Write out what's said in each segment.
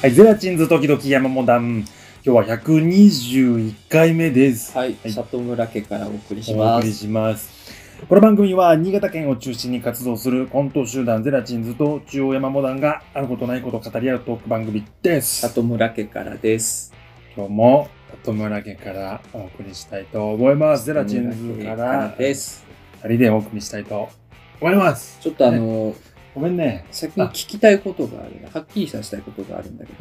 はい、ゼラチンズ時々山モダン。今日は121回目です。はい、はい里村家からお送りしおま送りす。します。この番組は新潟県を中心に活動するコント集団ゼラチンズと中央山モダンがあることないことを語り合うトーク番組です。里村家からです。今日も里村家からお送りしたいと思います。ゼラチンズか里村家らで2す。人でお送りしたいと思います。ちょっとあの、ごめんね。先に聞きたいことがある。はっきりさせたいことがあるんだけど。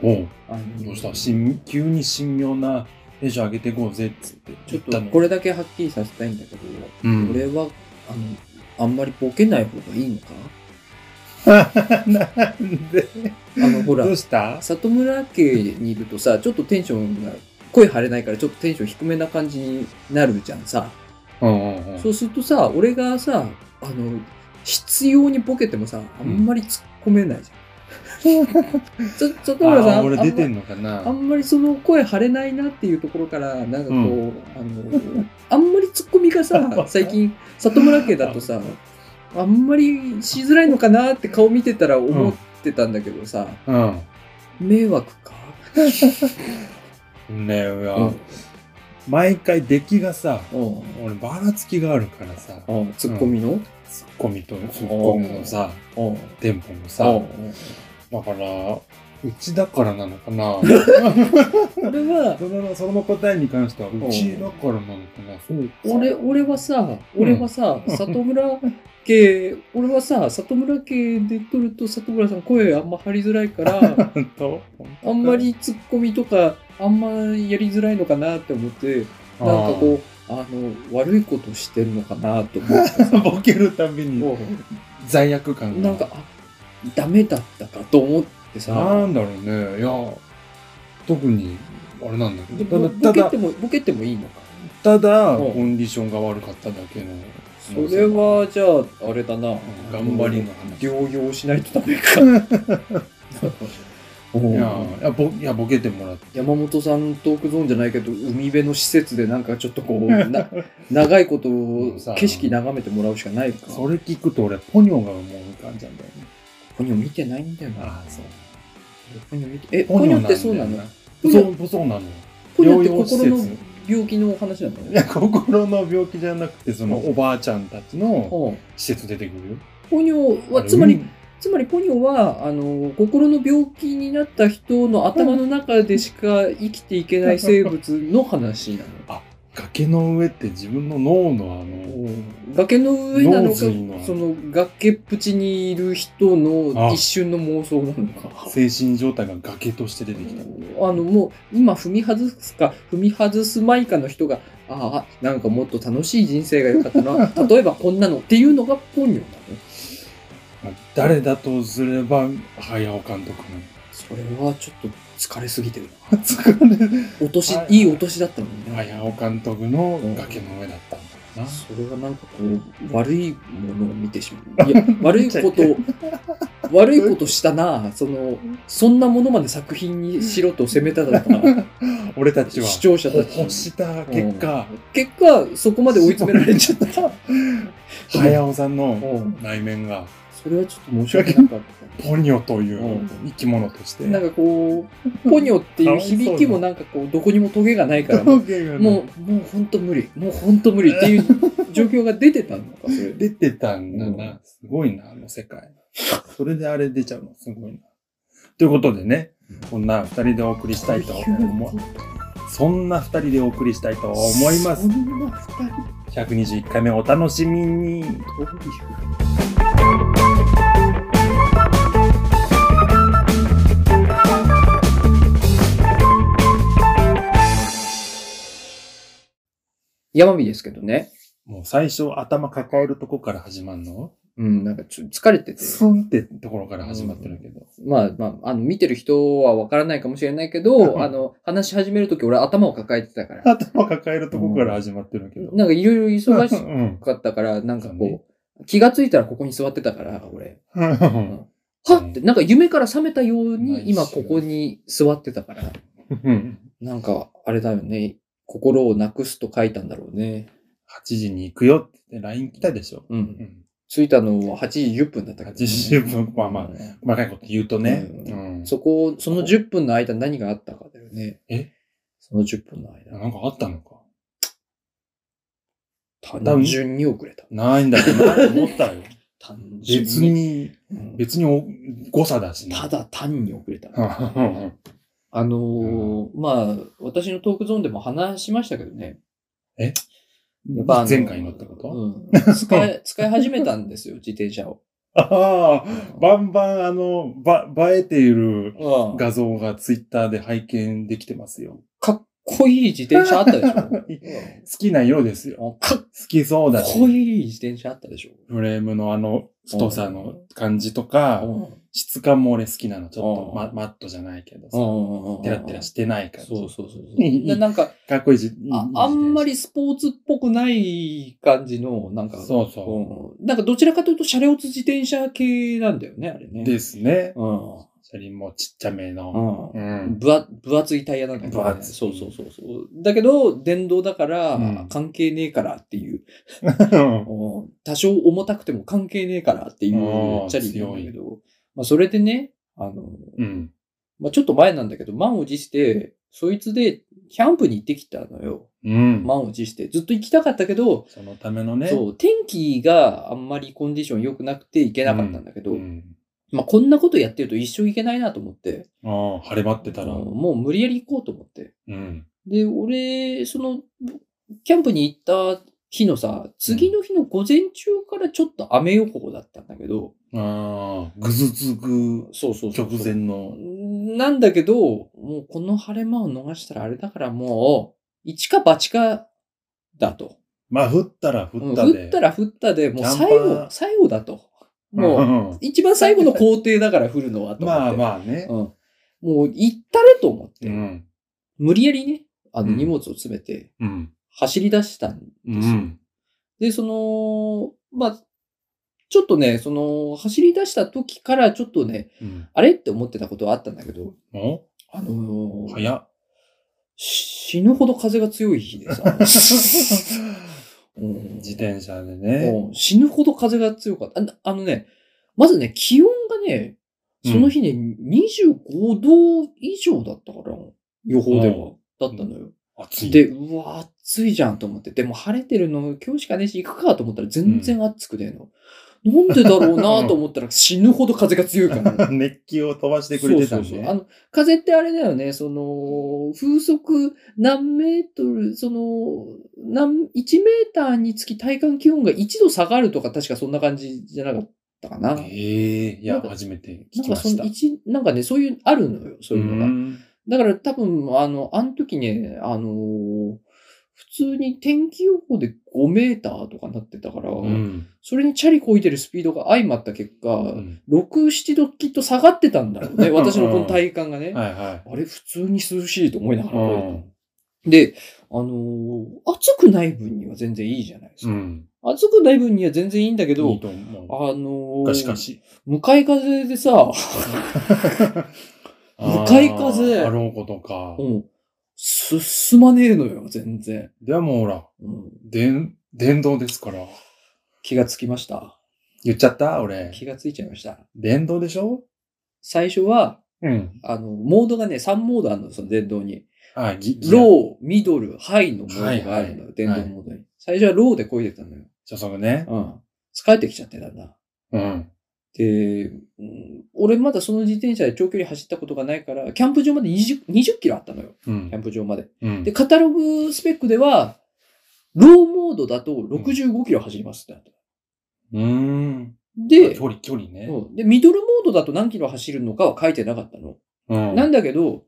おうあのどうしたしん急に神妙なテンション上げていこうぜっつってちょ言っとたのこれだけはっきりさせたいんだけど、うん俺はあのあんまりボケない方がいいのか なんであのほらどうした里村家にいるとさ、ちょっとテンションが、声張れないからちょっとテンション低めな感じになるじゃんさ。うんうんうんそうするとさ、俺がさ、あの、必要にボケてもさ、あんまり突っ込めないじゃん。ちょ、里村さん、あー俺出てあんんのかなまあんまりその声張れないなっていうところから、なんかうこう、あの、あん まり突っ込みがさ、最近、里村家だとさ、あんまりしづらいのかなって顔見てたら思ってたんだけどさ、迷惑か。うんねえいやうん毎回出来がさうん俺ばらつきがあるからさうんツッコミのツッコミとツッコミのさうんテンポもささだからうちだからなのかな 俺はそのその答えに関してはうちだからなのかなそう俺俺はさ俺はさ、里村家俺はさ里村家で撮ると里村さん声あんま張りづらいから 本当あんまりツッコミとかあんまやりづらいのかなって思ってなんかこうあの悪いことしてるのかなと思ってあーボケるたびにさ罪悪感がなんかあダメだったかと思ってなさんだろうねいや特にあれなんだけでどボただケたてだもボケてもいいのかただうんコンディションが悪かっただけのそれはじゃああれだな、頑張りの話療養しないとダメかお いうやいやボいやボケてもらって山本さんトークゾーンじゃないけど海辺の施設でなんかちょっとこ うな長いことを景色眺めてもらうしかないかそれ聞くと俺ポニョが思い浮かんじゃうんだよねポニョ見てないんだよなああそうポニョ見てえポニョってそうなのポニョそうそうなのポニョって療養施心設の病気のお話なのいや心の病気じゃなくてそのうんおばあちゃんたちのうん施設出てくるよポニョはつまりつまりポニョはあの心の病気になった人の頭の中でしか生きていけない生物の話なの。崖の上って自分の脳のあの崖の上なの脳か髄のその崖っぷちにいる人のあ一瞬の妄想なのか。精神状態が崖として出てきたあのもう今踏み外すか踏み外すまいかの人がああなんかもっと楽しい人生が良かっ たな例えばこんなのっていうのがポニョなのまあ誰だとすれば早尾監督 それはちょっと疲れすぎてるなの疲お年はいいいお年だったのにれね早尾監督の崖の上だったんだろそれはなんかこう悪いものを見てしま ういや悪いこと悪いことしたなそのそんなものまで作品にしろと責めただと かうな俺たちは視聴者たち欲した結果結果そこまで追い詰められちゃった早尾さんのうん内面がそれはちょっと申し訳なかっポニョといううん生き物としてたなんかこうポニョっていう響きもなんかこうどこにもトゲがない からも表現がうねもうもう本当無理もう本当無理って いう状況が出てたのかそれ出てたんだな、うすごいなあの世界それであれ出ちゃうのすごいなということでねこんな二人でお送りしたいと思うそんな二人でお送りしたいと思いますそんな二人121回目お楽しみにどういう山火ですけどね。もう最初頭抱えるとこから始まるのうん、なんかちょ疲れてて。スンってところから始まってるけど。まあまあ、あの、見てる人はわからないかもしれないけど、あの、話し始めるとき俺頭を抱えてたから。頭抱えるとこから始まってるけど。なんかいろいろ忙うしんかったから、なんかそうねこう、気がついたらここに座ってたから、俺。うんはって、なんか夢から覚めたよう毎週に、今ここに座ってたから。うんなんか、あれだよね。心をなくすと書いたんだろうね。 8時に行くよって LINE 来たでしょ。う。うんん着いたのは8時10分だったけど、ね。 8時10分まあまあうん細かいこと言うとね。ううんうんそこ、その10分の間何があったかだよね。えその10分の間。なんかあったのか。単純に遅れた。ないんだろうなと思 ったよ。単純別に、うん別にお誤差だしね。ただ単に遅れた。うんうんうん あのーまあ、私のトークゾーンでも話しましたけどね。えやっぱあ の前回のってことうん。使い、使い始めたんですよ、自転車を。ああ、うんバンバンあの、ば、映えているうん画像がツイッターで拝見できてますよ。かっこいい自転車あったでしょ好きな色ですよ。うんかっ好きそうだこし。いい自転車あったでしょフレームのあの太さの感じとか、う質感も俺好きなの。ちょっとうんママットじゃないけどさ、ん。テラテラしてない感じ。そうそうそうそう。いいいいでなんかかっこいいし。あ、あんまり。りスポーツっぽくない感じの、なんか、そうそうんなんかどちらかというと、車両通自転車系なんだよね、あれう。ね。ですね。うん。車輪もちっちゃめうの。んうん。分厚分厚いタイヤなんだけど、分厚いそうそうそうそう。だけど、電動だから、うん関係ねえからっていう、うんうん多少重たくても関係ねえからっていあうーチャリなんだけど、まあ、それでね、あの、うん。まあ、ちょっと前なんだけど、満を持して、そいつでキャンプに行ってきたのよ。うん。満を持して。ずっと行きたかったけど、そのためのね。そう、天気があんまりコンディション良くなくて行けなかったんだけど、うん。まあ、こんなことやってると一生行けないなと思って、ああ、晴れ待ってたら。あのうもう無理やり行こうと思って。ん。で、俺、その、キャンプに行った日のさ、次の日の午前中からちょっと雨予報だったんだけど、ああ、ぐずつぐそうそうそう直前の。なんだけど、もうこの晴れ間を逃したらあれだからもう、一か八かだと。まあ、降ったらう降んった降で。ったら降ったで、もキうャンパ最ー後、最後だと。もう、う一番最後の工程だから降るのはとん。思って。まあまあね。うん。もう行ったれと思って、うん。無理やりね、あのうん荷物を詰めてうん。走り出したんうですよ。ん。で、その、まあ、ちょっとね、その、走り出した時からちょっとね、うん。あれって思ってたことはあったんだけど、おあのー早 っ。死ぬほど風が強い日で さ、うん自転車でね。うん死ぬほど風が強かった。ああのね、まずね、気温がね、その日ね、25度以上だったから、予報では。だったのよ。暑い。で、うわ、暑いじゃんと思って。でも晴れてるの、今日しかねえし、行くかと思ったら全然暑くねえの。なんでだろうなと思った ら死ぬほど風が強いから、ね。熱気を飛ばしてくれてたそんうでそうそうあの、風ってあれだよね、その、風速何メートル、その、何、1メーターにつき体感気温が1度下がるとか、確かそんな感じじゃなかったかな。ええ、いやな、んか初めて聞なんきかまそしたの。一、なんかね、そういう、あるのよ、そういうのが。んだから多分、あの、あの時ね、あのー普通に天気予報で5メーターとかなってたから、うん。それにチャリこいてるスピードが相まった結果、うん6、7度きっと下がってたんだろ うね。私のこの体感がね。はいはあれ、普通に涼しいと思いながい。らこいでた。で、あのー暑くない分には全然いいじゃないですうか。ん。暑くない分には全然いいんだけいいど、と思あう。のーがしかし。向かい風でさ、向かい風あーあろうことか。うん、す、進まねえのよ、全然。でもほら、うん電、電動ですから。気がつきました。言っちゃった俺。気がついちゃいました。電動でしょ最初は、うん。あの、モードがね、3モードあるの、その電動に。あ、ぎ、ギアロー、ミドル、ハイのモードがあるのよ、はいはい電動モードに。最初はローで漕いでたのよ。初速ね。うん。疲れてきちゃってたんだ。うん。で、うん俺まだその自転車で長距離走ったことがないから、キャンプ場まで20、20キロあったのよ。うキャンん。プ場まで。うんで、。カタログスペックでは、ローモードだと65キロ走りますってなった。うーん。で、距離、距離ね。うんで、ミドルモードだと何キロ走るのかは書いてなかったの。うん。なんだけど、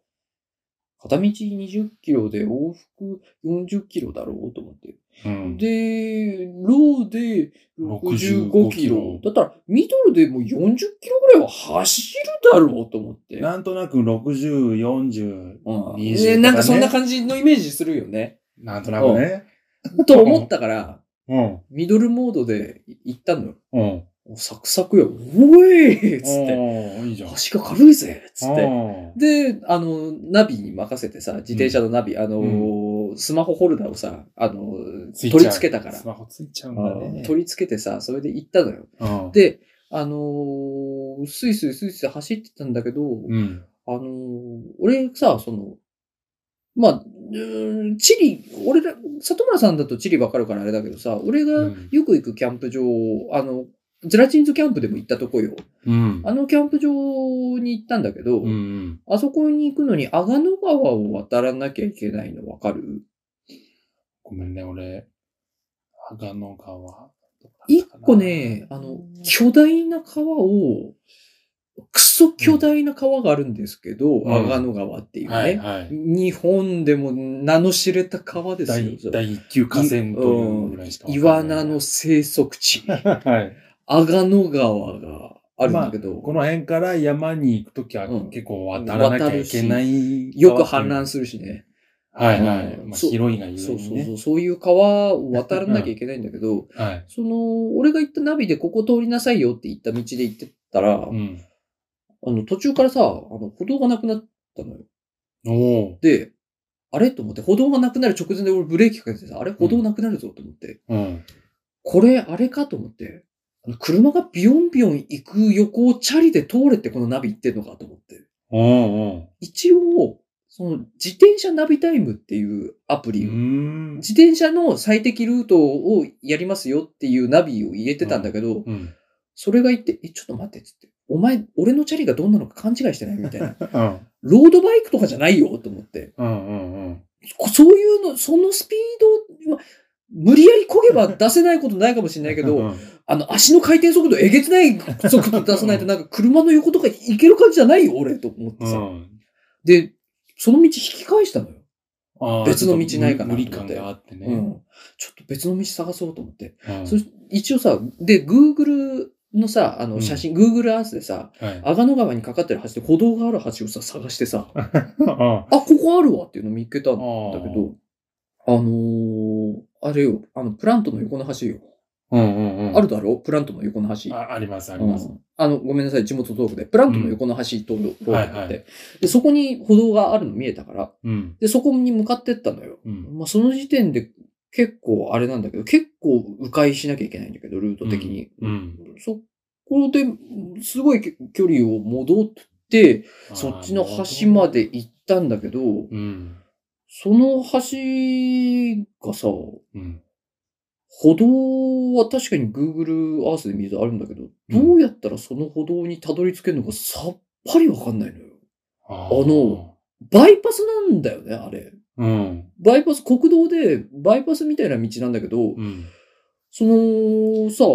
片道20キロで往復40キロだろうと思って。うん、で、ローで65キロ65キロ。だったら、ミドルでもう40キロぐらいは走るだろうと思って。なんとなく60、40、うん20ねなんかそんなとか感じのイメージするよね。なんとなくね。と思ったから、うん。ミドルモードで行ったのよ。うん。おサクサクよ。おえいつって。おーいいじゃん。足が軽いぜつって。て。で、あの、ナビに任せてさ、自転車のナビ、あのー、スマホホルダーをさ、あのー、ついちゃう取り付けたからス。マホついちゃうんあだのね。取り付けてさ、それで行ったのよ。うん。で、あのー、スイスイスイスイ走ってたんだけど、うん。あのー俺さ、その、まあ、うーんチリ、俺ら、里村さんだとチリわかるからあれだけどさ、俺うがんよく行くキャンプ場、あの、ゼラチンズキャンプでも行ったとこよ。うん。あのキャンプ場に行ったんだけど、うん。あそこに行くのに阿賀野川を渡らなきゃいけないのわかるごめんね、俺、阿賀野川。一個ね、あの、巨大な川を、クソ巨大な川があるんですけど、うん阿賀野川っていうね。はいはい。日本でも名の知れた川です第よ。第一級河川というぐらいしかわかんイないワナの生息地、 はい。阿賀野川があるんだけど、この辺から山に行くときはうん結構渡らなきゃいけない。よく氾濫すするしね。る。はいはい。うんまあ、そう広いがゆえそうにそうそね。う。そういう川を渡らなきゃいけないんだけど、 はい。その、俺が行ったナビでここ通りなさいよって言った道で行ってたら、うん。あの、途中からさ、あの、歩道がなくなったのよ。おおで、あれと思って、歩道がなくなる直前で俺ブレーキかけてさ、あれ歩道なくなるぞと思って、ー。うん。これ、あれかと思って、あの車がビヨンビヨン行く横をチャリで通れってこのナビ行ってんのかと思って。おう一応、その自転車ナビタイムっていうアプおう。うリ、ん。自転車の最適ルートをやりますよっていうナビを入れてたんだけど、うん。それが言って、え、ちょっと待ってっつって、お前、俺のチャリがどんなのか勘違いしてないみたいな。うん。ロードバイクとかじゃないよと思って。うんうんうん。こそういうの、そのスピード、ま無理やり漕げば出せないことないかもしれないけど、うん、あの、足の回転速度えげつない速度出さないと、なんか車の横とか行ける感じじゃないよ、俺、と思ってうさ。んで、その道引き返したのよ。あー別の道ないかな無理感があってうね。ん。ちょっと別の道探そうと思って。うんそし一応さ、で、Google のさ、あの、写真、Google Earth でさ、はい。阿賀野川にかかってる橋で歩道がある橋をさ、探してさ、あ、あここあるわっていうの見っけたんだあけど、あのー、あれよ、あの、プラントの横の橋よ。うんうんうん。あるだろプラントの横の橋。ああります、ありうます。んあの、ごめんなさい、地元トークで、プラントの横の橋通る通るはっいはいて、で、そこに歩道があるの見えたから、うん。で、そこに向かってったのよ。うん。まあ、その時点で結構あれなんだけど、結構迂回しなきゃいけないんだけど、ルート的に。うん。そこで、すごい距離を戻って、そっちの橋まで行ったんだけど、うん。その橋がさ、うん。歩道は確かに Google Earth で見るとあるんだけど、うんどうやったらその歩道にたどり着けるのかさっぱりわかんないのよ。ああの、バイパスなんだよね、あれ。うん。バイパス、国道でバイパスみたいな道なんだけど、うん。その、さ、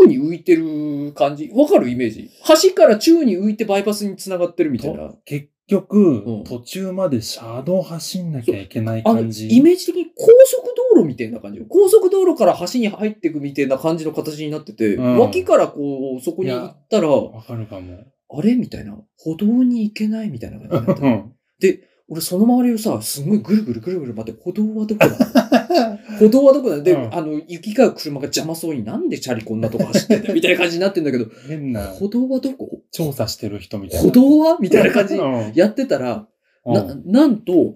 宙に浮いてる感じ。わかるイメージ。橋から宙に浮いてバイパスに繋がってるみたいな。結局、うん途中まで車道走んなきゃいけないあの、感じ。イメージ的に高速道路みたいな感じよ。高速道路から橋に入っていくみたいな感じの形になってて、うん脇からこう、そこに行ったら、わかるかも。あれみたいな。歩道に行けないみたいな感じになっうて。ん。俺、その周りをさ、すんごいぐるぐるぐるぐる待って、歩道はどこだ 歩道はどこだで、うんあの、行き交う車が邪魔そうになんでチャリこんなとこ走ってんだよみたいな感じになってんだけど、変な歩道はどこ調査してる人みたいな。歩道はみたいな感じうんうんやってたら、なな、、なんと、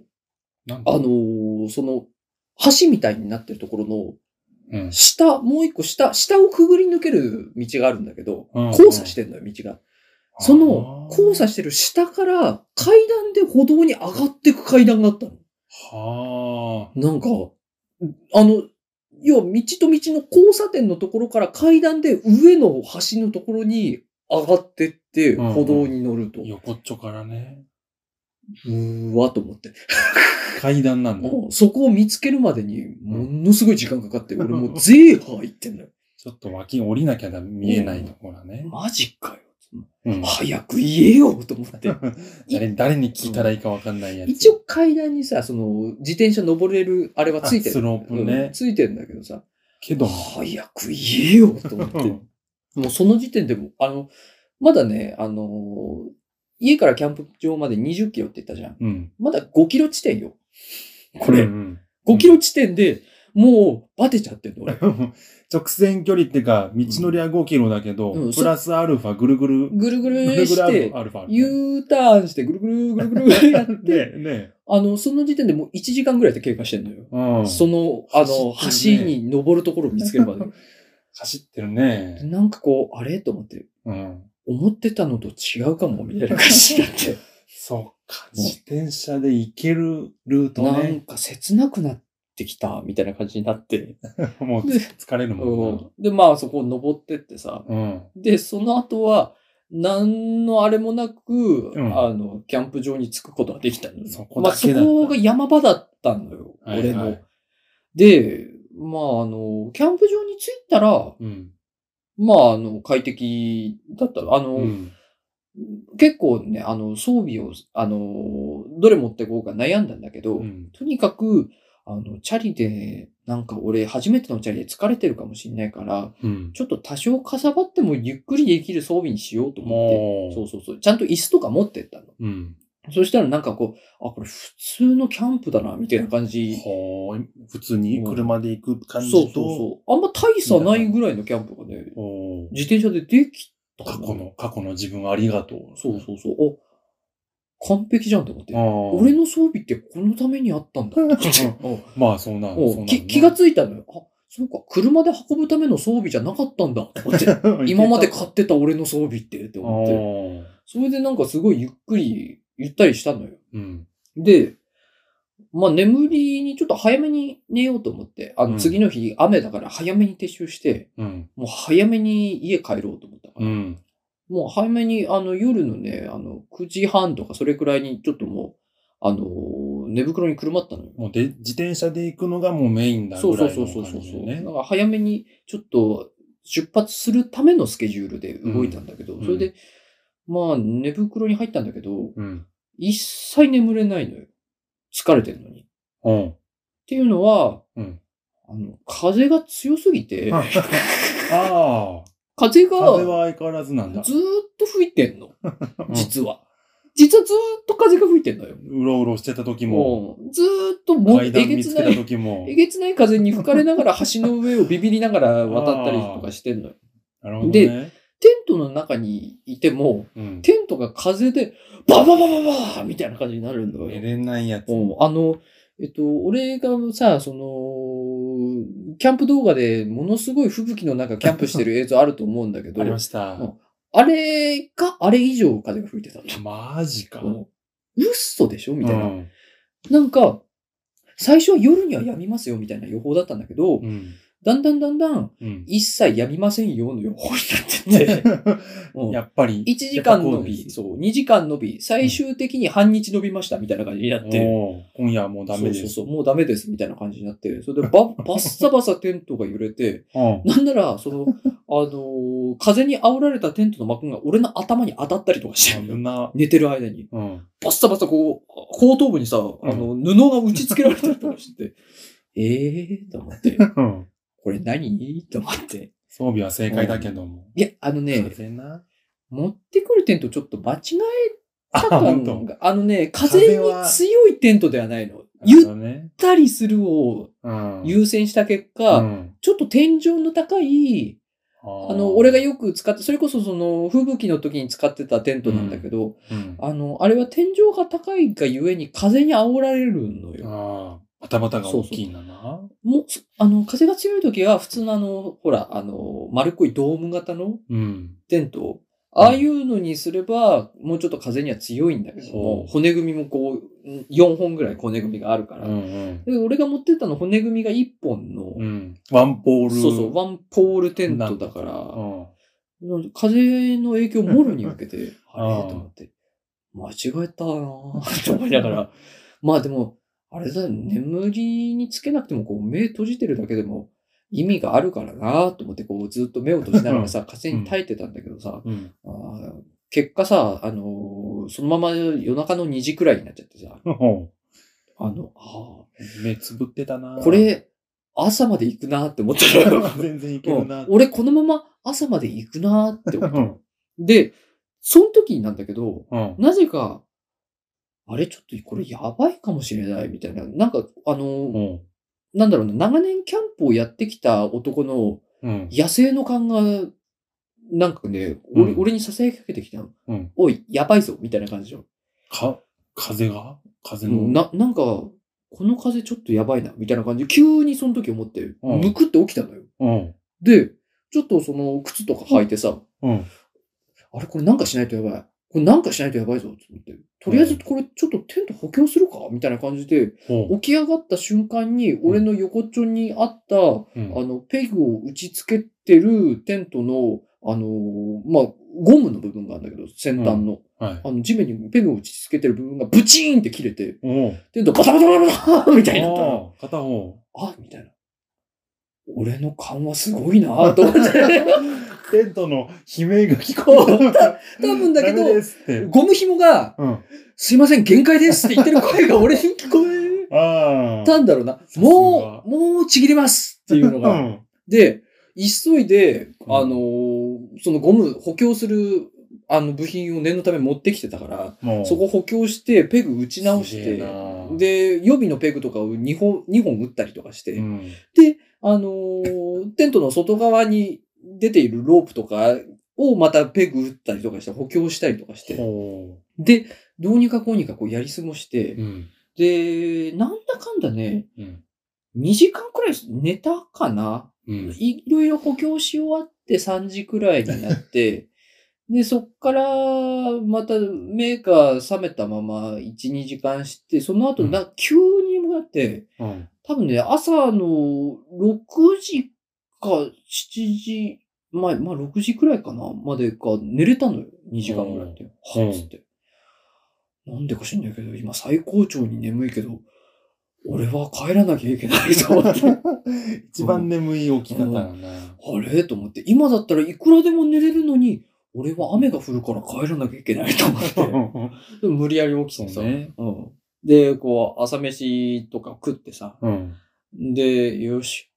なんかあのーその、橋みたいになってるところの、うん。下、もう一個下、下をくぐり抜ける道があるんだけど、うん交差してんのよ、道が。その、あー交差してる下から階段で歩道に上がってく階段があったの。はなんか、あの、要は道と道の交差点のところから階段で上の橋のところに上がってってうんうん歩道に乗ると。あ。横っちょからね。うーわと思って。階段なんだ。もうそこを見つけるまでにものすごい時間かかって、俺もうゼーハー行ってん のよ。ちょっと脇降りなきゃだ見えないところだね。マジかよ。うん。早く言えよと思って。誰誰に聞いたらいいかわかんないやつ。一応階段にさ、その、自転車登れる、あれはついてる。あスロープねうんついてるんだけどさ、けども。早く言えよと思って。もうその時点でも、あの、まだね、あのー家からキャンプ場まで20キロって言ったじゃん。うん。まだ5キロ地点よ。これ、うん5キロ地点で、もう、バテちゃって んの、俺。うん。直線距離ってか、道のりは5キロだけど、うんプラスアルファぐるぐる、ぐるぐぐるるぐしるアルてファ、アルファ。 U ターンして、ぐるぐるぐるぐるやって、で、 ね、あの、その時点でもう1時間ぐらいで経過してんのよ。うん。その、あの、走ってるね橋に登るところを見つけるまで。走ってるね。なんかこう、あれと思って、うん。思ってたのと違うかも、みたいな感じになって。そっか。自転車で行けるルートなんね。か切なくなってきた、みたいな感じになって。もう疲れるもんで、まあそこを登ってってさ。な。うん。で、その後は、何のあれもなく、うんあの、キャンプ場に着くことができたのよそこだけだったまあ、そこが山場だったのよ、はい俺はのい。で、まあ、あの、キャンプ場に着いたら、うん。まあ、あの、快適だったの。あの、うん。結構ね、あの、装備を、あの、どれ持ってこうか悩んだんだけど、うん。とにかく、あの、チャリで、なんか俺、初めてのチャリで疲れてるかもしれないから、うん。ちょっと多少かさばってもゆっくりできる装備にしようと思って。もう。そうそうそう。ちゃんと椅子とか持ってったの。うん。そしたらなんかこう、あ、これ普通のキャンプだな、みたいな感じ。ほー普通に車で行くそう感じと、そうそう。あんま大差ないぐらいのキャンプがね、おー自転車でできた過去の、過去の自分ありがとう。そうそうそう。あ、完璧じゃんと思ってあ。ー俺の装備ってこのためにあった んだ。うんまあ、そうなの。そううなんのき気がついたのよ。あ、そうか、車で運ぶための装備じゃなかったんだ。と思って 今まで買ってた俺の装備って、って思って。おーそれでなんかすごいゆっくり、ゆったりしたのよ。うん。で、まあ眠りにちょっと早めに寝ようと思って、あうのん次の日雨だから早めに撤収して、うん。もう早めに家帰ろうと思ったから、うん。もう早めにあの夜のね、あの9時半とかそれくらいにちょっともう、あのー寝袋にくるまったのよ。もうで、自転車で行くのがもうメインだそぐうそらういそうのそうそ感うじそでう。ねだ。から早めにちょっと出発するためのスケジュールで動いたんだけど、うんそれで、まあ寝袋に入ったんだけど、うん。一切眠れないのよ。疲れてるのに。うん。っていうのは、うんあの、風が強すぎて、ああ風があ、風は相変わらずなんだ。ずーっと吹いて んの、うん実は。実はずーっと風が吹いてんのよ。うろうろしてた時も、もう、ずーっともう、え階段げ見つつなけたい、時もえ、げつない風に吹かれながら橋の上をビビりながら渡ったりとかしてんのよ。なるほどねで。テントの中にいても、うん。テントが風で、バババババーみたいな感じになるのよ寝。れないやつ。うん、あの、えっと、俺がさ、その、キャンプ動画でものすごい吹雪の中キャンプしてる映像あると思うんだけ ど、ありまあした。うんれか、あれ以上風が吹いてたの。マジか。うん嘘でしょみたいな。うんなんか、最初は夜にはやみますよみたいな予報だったんだけうど、ん。だんだんだんだん、うん。一切やみませんよの予報になって て、うんやっぱり。 1時間やっぱ延こうでび、すそう、2時間延び、最終的に半日延びましたみたいな感じになって、おー今夜はもうダメです。そうそうそう、もうダメですみたいな感じになって、それでババッサバサテントが揺れて、うんなんなら、その、 あのー風に煽られたテントの幕が俺の頭に当たったりとかして、危な。寝てる間に、うん。バッサバサこう、後頭部にさ、あの、布が打ち付けられたりとかして、えーと思って、うんこれ何と思って。装備は正解だけども。いや、あ のね、風な。持ってくるテントちょっと間違えあ、た本感当。が、あのね、風に風は強いテントではないの。ゆっうね。たりするをうん。優先した結う果、んちょっと天井の高い、あーあの、俺がよく使って、それこそその、吹雪の時に使ってたテントなんだけど、うんあの、あれは天井が高いがゆえに風に煽られるのよ。ああ、バタバタが大きいんだな。もう、そあの、風が強い時は普通のあの、ほら、あの、丸っこいドーム型のうん。テント、ああいうのにすれば、もうちょっと風には強いんだけどほも、う骨組みもこう、ん4本ぐらい骨組みがあるかうら。んで俺が持ってったの骨組みが1本の、うん。うん。ワンポール。そうそう、ワンポールテントだから、風の影響をもろに受けて、あれあーと思って、間違えたなぁ と思いながら、まあでも、あれだよ、眠りにつけなくても、こう、目閉じてるだけでも意味があるからなぁと思って、こう、ずっと目を閉じながらさ、風に耐えてたんだけどさ、うん。うん。あー結果さ、あのーそのまま夜中の2時くらいになっちゃってさ、ほあの、あう目つぶってたな。ーこ。れ、朝まで行くなって思ったのよ全然いけうるんな。俺このまま朝まで行くなって思う ったん。で、その時なんだけど、うん。なぜか、あれちょっとこれやばいかもしれないみたいな。なんか、あの、うん。なんだろうな、長年キャンプをやってきた男のうん。野生の感が、なんかね、俺,、うん俺に囁きかけてきたの。うんおい、やばいぞみたいな感じの。か、風が風の。な、なんか、この風ちょっとやばいな、みたいな感じ。急にその時思って、うんむくって起きたのよ。うん。で、ちょっとその靴とか履いてさ、うん。あれこれなんかしないとやばい。これなんかしないとやばいぞって思って、とりあえずこれちょっとテント補強するかみたいな感じで、ほ起き上がった瞬間に俺の横っちょにあった、う。うんあの、ペグを打ち付けてるテントの、あのーまあ、ゴムの部分があるんだけど、先端の。はい。あの、地面にペグを打ち付けてる部分がブチーンって切れて、おうテントバタバタバタバタみたいになったの。ああ片方。あみたいな。俺の勘はすごいなぁと思って。テントの悲鳴が聞こえた。多分だけどダメですって。ゴム紐が、うん。すいません、限界ですって言ってる声が俺に聞こえああ。たんだろうな。すがもう、もうちぎれますっていうのうが。ん。で、急いで、うんあのーそのゴム補強する、あの部品を念のため持ってきてたから、もう。そこ補強して、ペグ打ち直しすげえてな、で、予備のペグとかを2本、2本打ったりとかして、うん。あのーテントの外側に出ているロープとかをまたペグ打ったりとかして補強したりとかして、ほで、どうにかこうにかこうやり過ごしてう。う、ん。で、なんだかんだね、うん。 2時間くらい寝たかなうん。いいろいろ補強し終わって3時くらいになって、で、そっから、またメーカー冷めたまま1、2時間して、その後な、急になって、うん。多分ね、朝の6時か7時前、まあ6時くらいかな、までか、寝れたのよ。2時間くらいって。うんはっつって。なんでか知んないけど、今最高潮に眠いけど、俺は帰らなきゃいけないと思って。 一番眠い起き方だな。あれと思って、今だったらいくらでも寝れるのに、俺は雨が降るから帰らなきゃいけないと思 って。でも無理やり起きてさ。そうねうんで、こう、朝飯とか食ってさ。うん。で、よし。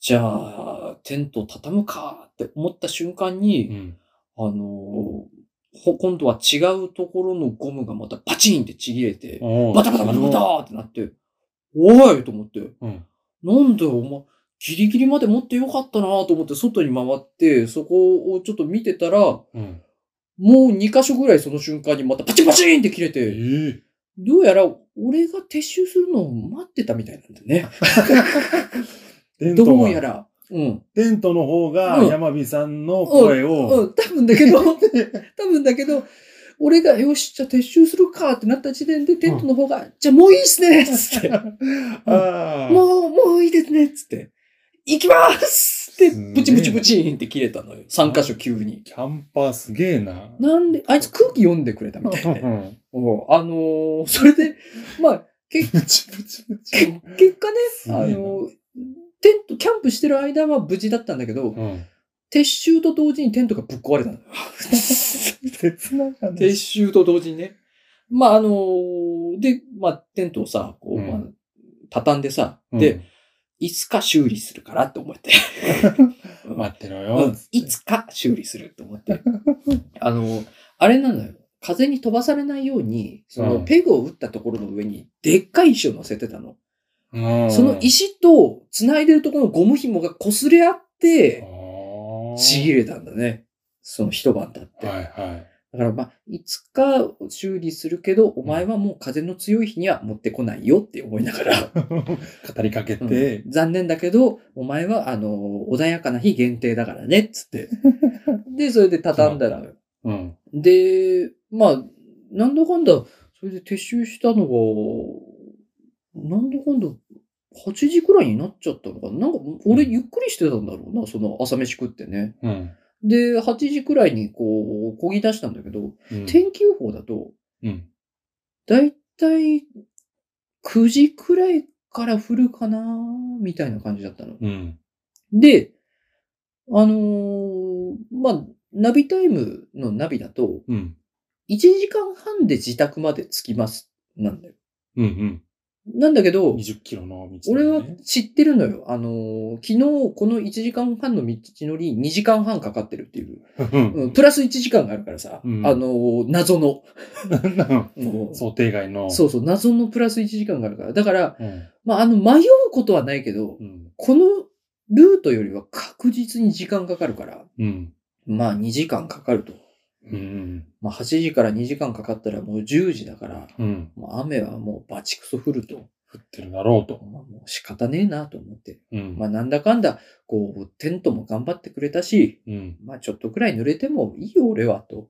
じゃあ、テント畳むかって思った瞬間うに、ん。あのーほ、今度は違うところのゴムがまたパチンってちぎれて、おうバタバタバタバタってなって、おいと思って、うん。なんだよ、お前、ギリギリまで持ってよかったなと思って外に回って、そこをちょっと見てたら、もうん。う2箇所ぐらいその瞬間にまたパチンパチンって切れえて、え。どうやら俺が撤収するのを待ってたみたいなんだね。テントどうやは、ら。うん。テントの方がうん山火さんの声うを、ん、多分だけど、多分だけど、俺が、よし、じゃあ撤収するかってなった時点で、テントの方が、じゃあもういいっすねっつって、ああ。もう、もういいですねっつって、行きますって、すげえなブチブチブチンって切れたのよ。3箇所急に。キャンパーすげえな。なんで、あいつ空気読んでくれたみたいで。おうあのーそれで、まあ、結ブチブチブ結チ。結果ね、すあげえなのーテント、キャンプしてる間は無事だったんだけうど、ん。撤収と同時にテントがぶっ壊れたのよ。切なか撤収と同時にね。まあ、あのーで、まあ、テントをさ、こう、うんまあ、畳んでさ、で、、いつか修理するからって思って。うん待ってろうよん。 いつか修理するって思って。 あの、あれなのよ。風に飛ばされないように、そうのんペグを打ったところの上に、でっかい石を乗せてたの。うんその、石と繋いでるところのゴム紐が擦れ合って、ちぎる。れたんだね。その一晩経って。はいはい。だからまあ、いつか修理するけど、お前はもう風の強い日には持ってこないよって思いながら。語りかけうんて、残念だけど、お前は、あの、穏やかな日限定だからね、っつ って。で、それで畳んだら。うん。で、まあ、なんだかんだ、それで撤収したのが、なんだかんだ、8時くらいになっちゃったのかな。なんか、俺、ゆっくりしてたんだろうな、その朝飯食ってね。うん。で、8時くらいに、こう、こぎ出したんだけど、うん天気予報だと、うん。だいたい9時くらいから降るかな、みたいな感じだったの。うん。で、あのーまあ、ナビタイムのナビだと、うん。 1時間半で自宅まで着きます。なんだよ。うん。なんだけど、 20キロの道だ俺よはね。知ってるのよ。あのー昨日この1時間半の道のり2時間半かかってるっていう。うん、プラス1時間があるからさ、うんあのー謎の、 う。うんん想定外の。そうそう、謎のプラス1時間があるから。だから、うん。まあ、あの、迷うことはないけどう、ん。このルートよりは確実に時間かかるから、うん。まあ2時間かかると。うん。まあ、8時から2時間かかったらもう10時だから、うん。もう雨はもうバチクソ降ると。降ってるだろうと。まあ、もう仕方ねえなと思って。うん。まあ、なんだかんだ、こう、テントも頑張ってくれたし、うん。まあ、ちょっとくらい濡れてもいいよ、俺は、 と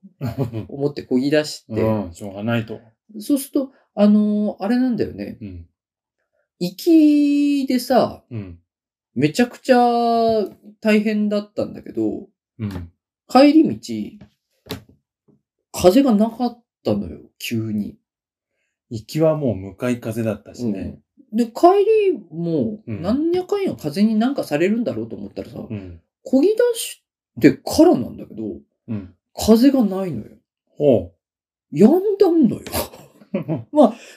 思ってこぎ出して、うん、しょうがないと。そうすると、あのーあれなんだよね。うん。行きでさ、うん。めちゃくちゃ大変だったんだけど、うん。帰り道、風がなかったのよ、急に。行きはもう向かい風だったしね。うんで、帰りも、うんなんやかんや風になんかされるんだろうと思ったらさ、うん。漕ぎ出してからなんだけど、うん。風がないのよ。ほやんだんのよ。う。 1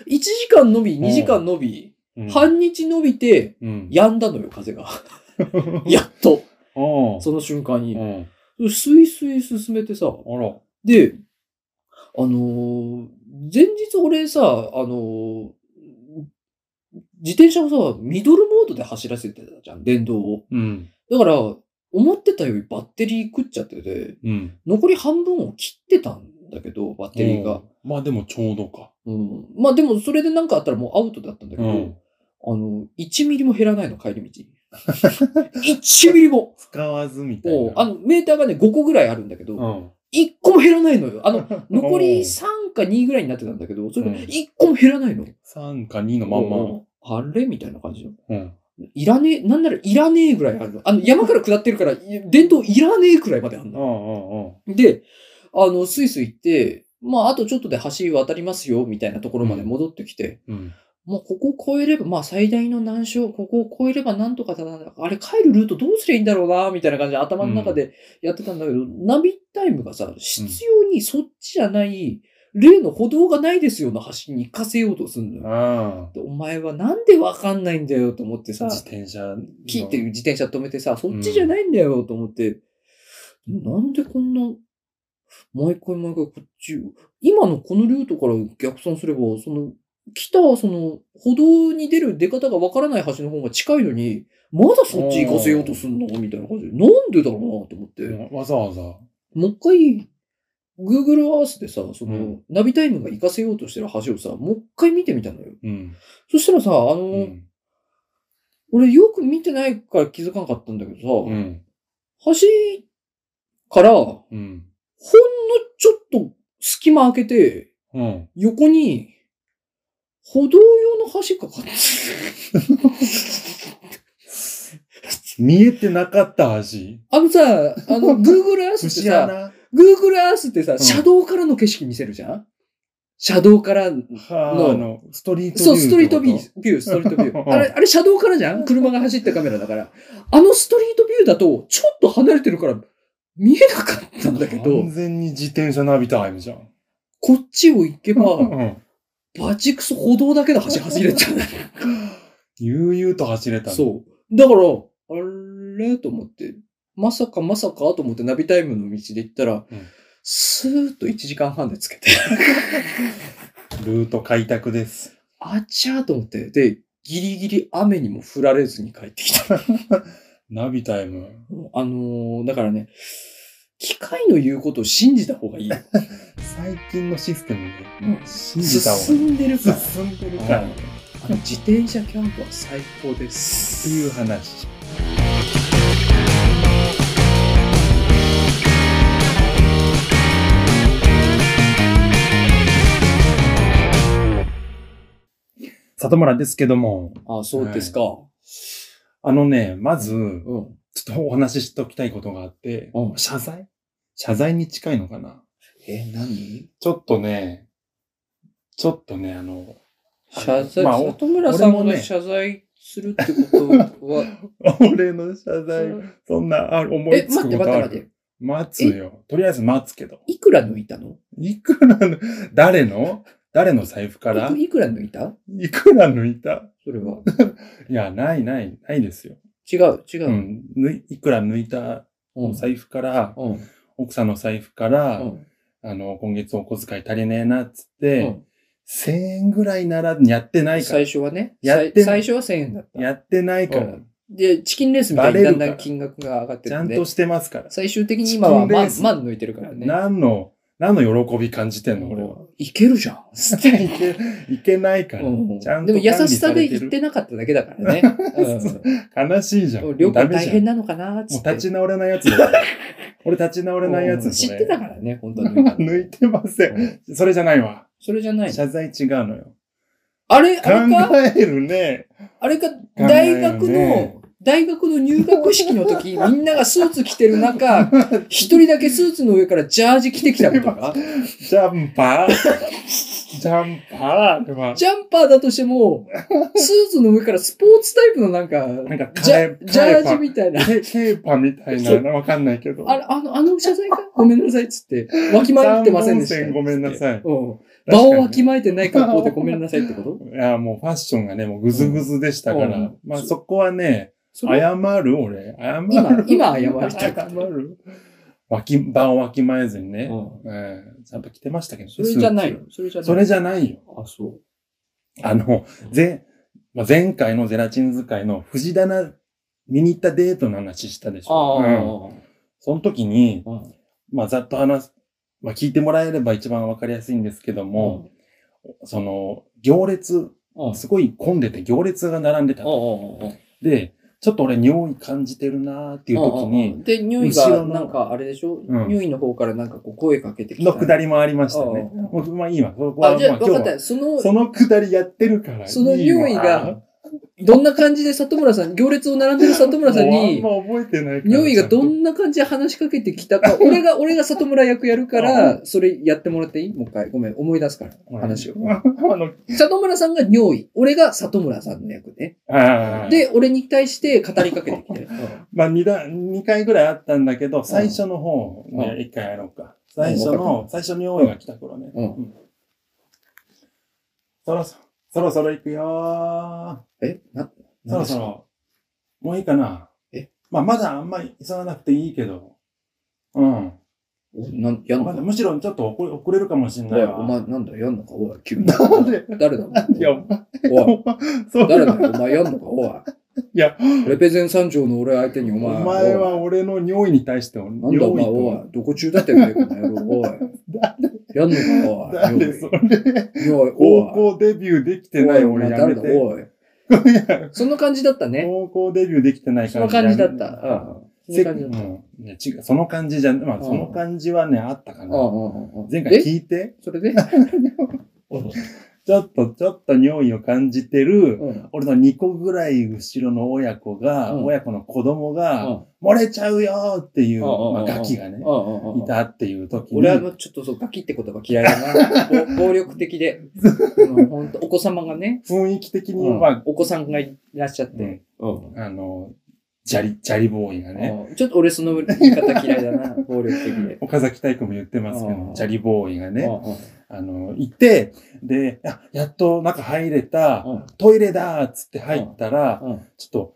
時間伸び、2時間伸び、うん半日伸びて、うん。やんだのよ、風が。やっと、うん。その瞬間うに。ん。スイスイ進めてさ、あら。で、あのー前日俺さ、あのー自転車をさ、ミドルモードで走らせてたじゃん、電動を。うん。だから、思ってたよりバッテリー食っちゃってて、うん。残り半分を切ってたんだけど、バッテリーうが。ん。まあでもちょうどか。うん。まあでも、それでなんかあったらもうアウトだったんだけうど、ん。あの、1ミリも減らないの、帰り 道。1ミリも。使わずみたいもうな。、あの、メーターがね、5個ぐらいあるんだけど、うん。 1個も減らないのよ。あの、残おり う3か2ぐらいになってたんだけど、それがうん1個も減らないの。 3か2のまんまの。あれみたいな感じの。うん。いらねえ、なんならいらねえぐらいあるの。あの、山から下ってるから、い電灯いらねえくらいまであるうの。んうんうん。で、あの、スイスイ行って、まあ、あとちょっとで橋渡りますよ、みたいなところまで戻ってきて、うん。もうここ越えれば、まあ、最大の難所、ここを越えればなんとかだな、あれ帰るルートどうすりゃいいんだろうな、みたいな感じで頭の中でやってたんだけど、ナビタイムがさ、必要にそっちじゃない、例の歩道がないですよの橋に行かせようとすんのよ。あでお前はなんでわかんないんだよと思ってあ。さ、自転車の。キーって自転車止めてさ、そっちじゃないんだよと思って、なんでこんな、毎回毎回こっち、今のこのルートから逆算すれば、その、来た、その、歩道に出る出方がわからない橋の方が近いのに、まだそっち行かせようとすんのみたいな感じで、なんでだろうなと思って、うんわざわざ。もう一回、Google Earth でさ、その、うんナビタイムが行かせようとしてる橋をさ、もう一回見てみたのよ。うん。そしたらさ、あの、うん。俺よく見てないから気づかなかったんだけどさ、うん。橋から、ほうんのん。ちょっと隙間開けて、うん。横に、歩道用の橋か かって見えてなかった橋。あのさ、あの、Google Earth って節さ、穴。 Google Earth ってさ、ん車道からの景色見せるじゃん車道から、はのあ、あの、ストリートビュー。そう、ストリートビュー、ビュー、ストリートビ ュー。あれ、あれ車道からじゃん車が走ってカメラだから。あのストリートビューだと、ちょっと離れてるから、見えなかったんだけど完、全に自転車ナビタイムじゃん。こっちを行けば、うん。バチクソ歩道だけの橋走れちゃうね。悠々と走れたう。そう。だから、あれと思って、まさかまさかと思ってナビタイムの道で行ったら、うんスーッと1時間半でつけて、ルート開拓です。あちゃーと思って、で、ギリギリ雨にも降られずに帰ってきた。 ナビタイム。あのー、だからね、機械の言うことを信じた方がいいよ。最近のシステムうんで、 信じた方がいい進んでるから。進んでるから。うっんあの自転車キャンプは最高でてす。いう話。里村ですけども、あ、そうですか。あのね、まず、うん。ちょっとお話ししておきたいことがあって、うん謝罪謝罪に近いのかなえ、何ちょっとね、ちょっとね、あの、謝罪、まあお 里村さん俺もがね謝罪するってことは、俺の謝罪、そんな、あ思いえ、つ待っくてこ待っとあて待ってる。。待つよ。とりあえず待つけど。いくら抜いたのいくらの、誰の誰の財布からいくいくら抜いたいくら抜いたそれは。いや、ないない、ないですよ。違う、違うう。ん。ぬいいくら抜いたうん。財布から、うん。奥さんの財布から、うん。あの、今月お小遣い足りねえな、っつっうて、ん1000円ぐらいならやってないから最。初はね。やってんの最初は1000円だった。やってないかうら。んで、チキンレースみたいにだんだバレるかんら金額が上がってちるゃんんでと、してますから。最終的に今はチキンレ万ース万抜いてるからね。何の何の喜び感じてんの俺は。 いけるじゃん。いけ、いけないから。うんちゃんとでも優しさで管理さ言れっててなかっただけだか らね。る悲しいじゃ。うんん、旅行ダメ大じゃん変。なのかなっつもっうて。立ち直れないやつ だ。俺立ち直れないやうつん知ってたかからね、本当に。 抜いてません。それじゃないわ。それじゃないの。謝罪違うのよ。あれ、考あれか、えるね。あれか、えるね大学の、大学の入学式の時、 みんながスーツ着てる中、一人だけスーツの上からジャージ着てきたこ とか。ジャンパー。 ジャンパーでは。ジャンパーだとしても、スーツの上からスポーツタイプのなんか、なんかジカレャージャージみたいな。ケケーパみたいなのわかんないけど。あれ、あの、あの謝罪かごめんなさいっ つって、わきまえてませんでし三本線た。ごめんなさいうん。確か場にねをわきまえてない格好でごめんなさいってこといや、もうファッションがね、もうグズグズでしたから。うんうんまあそこはね、それ謝る俺。謝る。今今謝りた 謝る。わき、場をわきまえずにね。うんええちゃんと着てましたけど。それじゃないスーツよ。それじゃない。それじゃないよ。あ、そう。あの、前、まあ、前回のゼラチン使いの藤棚見に行ったデートの話したでしょ。うん、その時に、あ。まあざっと話す、まあ聞いてもらえれば一番わかりやすいんですけども、その、行列、うん。すごい混んでて行列が並んでた。うん。で、ちょっと俺匂い感じてるなーっていう時に、で、匂い後ろが、のなんかあれでしょうん匂いの方からなんかこう声かけてきた。のくだりもありましたね。うんもうまあいいわ。そこはあ、じまゃああ分か今っ日たはよ。その、そのくだりやってるから。その匂いいが、いわどんな感じで里村さん、行列を並んでる里村さんに、もうあんま覚えてないから。匂いがどちんな感じで話しかけてきたか、俺が、俺が里村役やるから、それやってもらっていいもう一回。ごめん、思い出すからゃん、と話を。 あの、里村さんが尿意、俺が里村さんの役ね。ああ。で、で、俺に対して語りかけてきて。まあ二段、二回ぐらいあったんだけど、最初の方、うんね一回やろうか。最初の、最初に匂いが来た頃ね。うんんそろそろ、そろそろ行くよー。えな、そろそろ、もういいかな。えまあ、まだあんまり急がなくていいけど。うん。おなんやんまのだかむしろちょっと遅れ遅れるかもしれおないい、わ。お前、なんだ、やんのか、おい、君。なん で誰だ、おいや、お前、い。お前そう誰だよ、お前やんのか、おい。いや、レペゼン三条の俺相手におお前。前は俺の尿意に対して、おい。なんだお前、とおい。どこ中だったよ、この野郎、おい。やんのか、おい。誰それ、おい、おい。高校デビューできてないお俺前やめ誰だ、て。おい。そんな感じだったね。高校デビューできてないそかんら。な感じだった。やめてうんそせんうな感じだった。んいや違うその感じじゃ、まあ、うんその感じはね、あったかうんな。うんうんうん前回え聞いて、それでちょっと、ちょっと匂いを感じてる、うん俺の2個ぐらい後ろの親子が、うん親子の子供うが、ん漏れちゃうよっていう、うんうんうんまあ、ガキがね、うんうんうんうんいたっていう時に、俺はちょっとそう、ガキって言葉嫌いだな。ぼ暴力的 で。うんほんとお子様がね、雰囲気的に、うんまあ、お子さんがいらっしゃって。うんあの、砂利、砂利ボーイがね、うんちょっと俺その言い方嫌いだな、暴力的で。岡崎体育も言ってますけうどん、砂利ボーイがうね、んうんあの、いて、で、あやっと中入れた、うんトイレだーっつって入ったら、うんちょ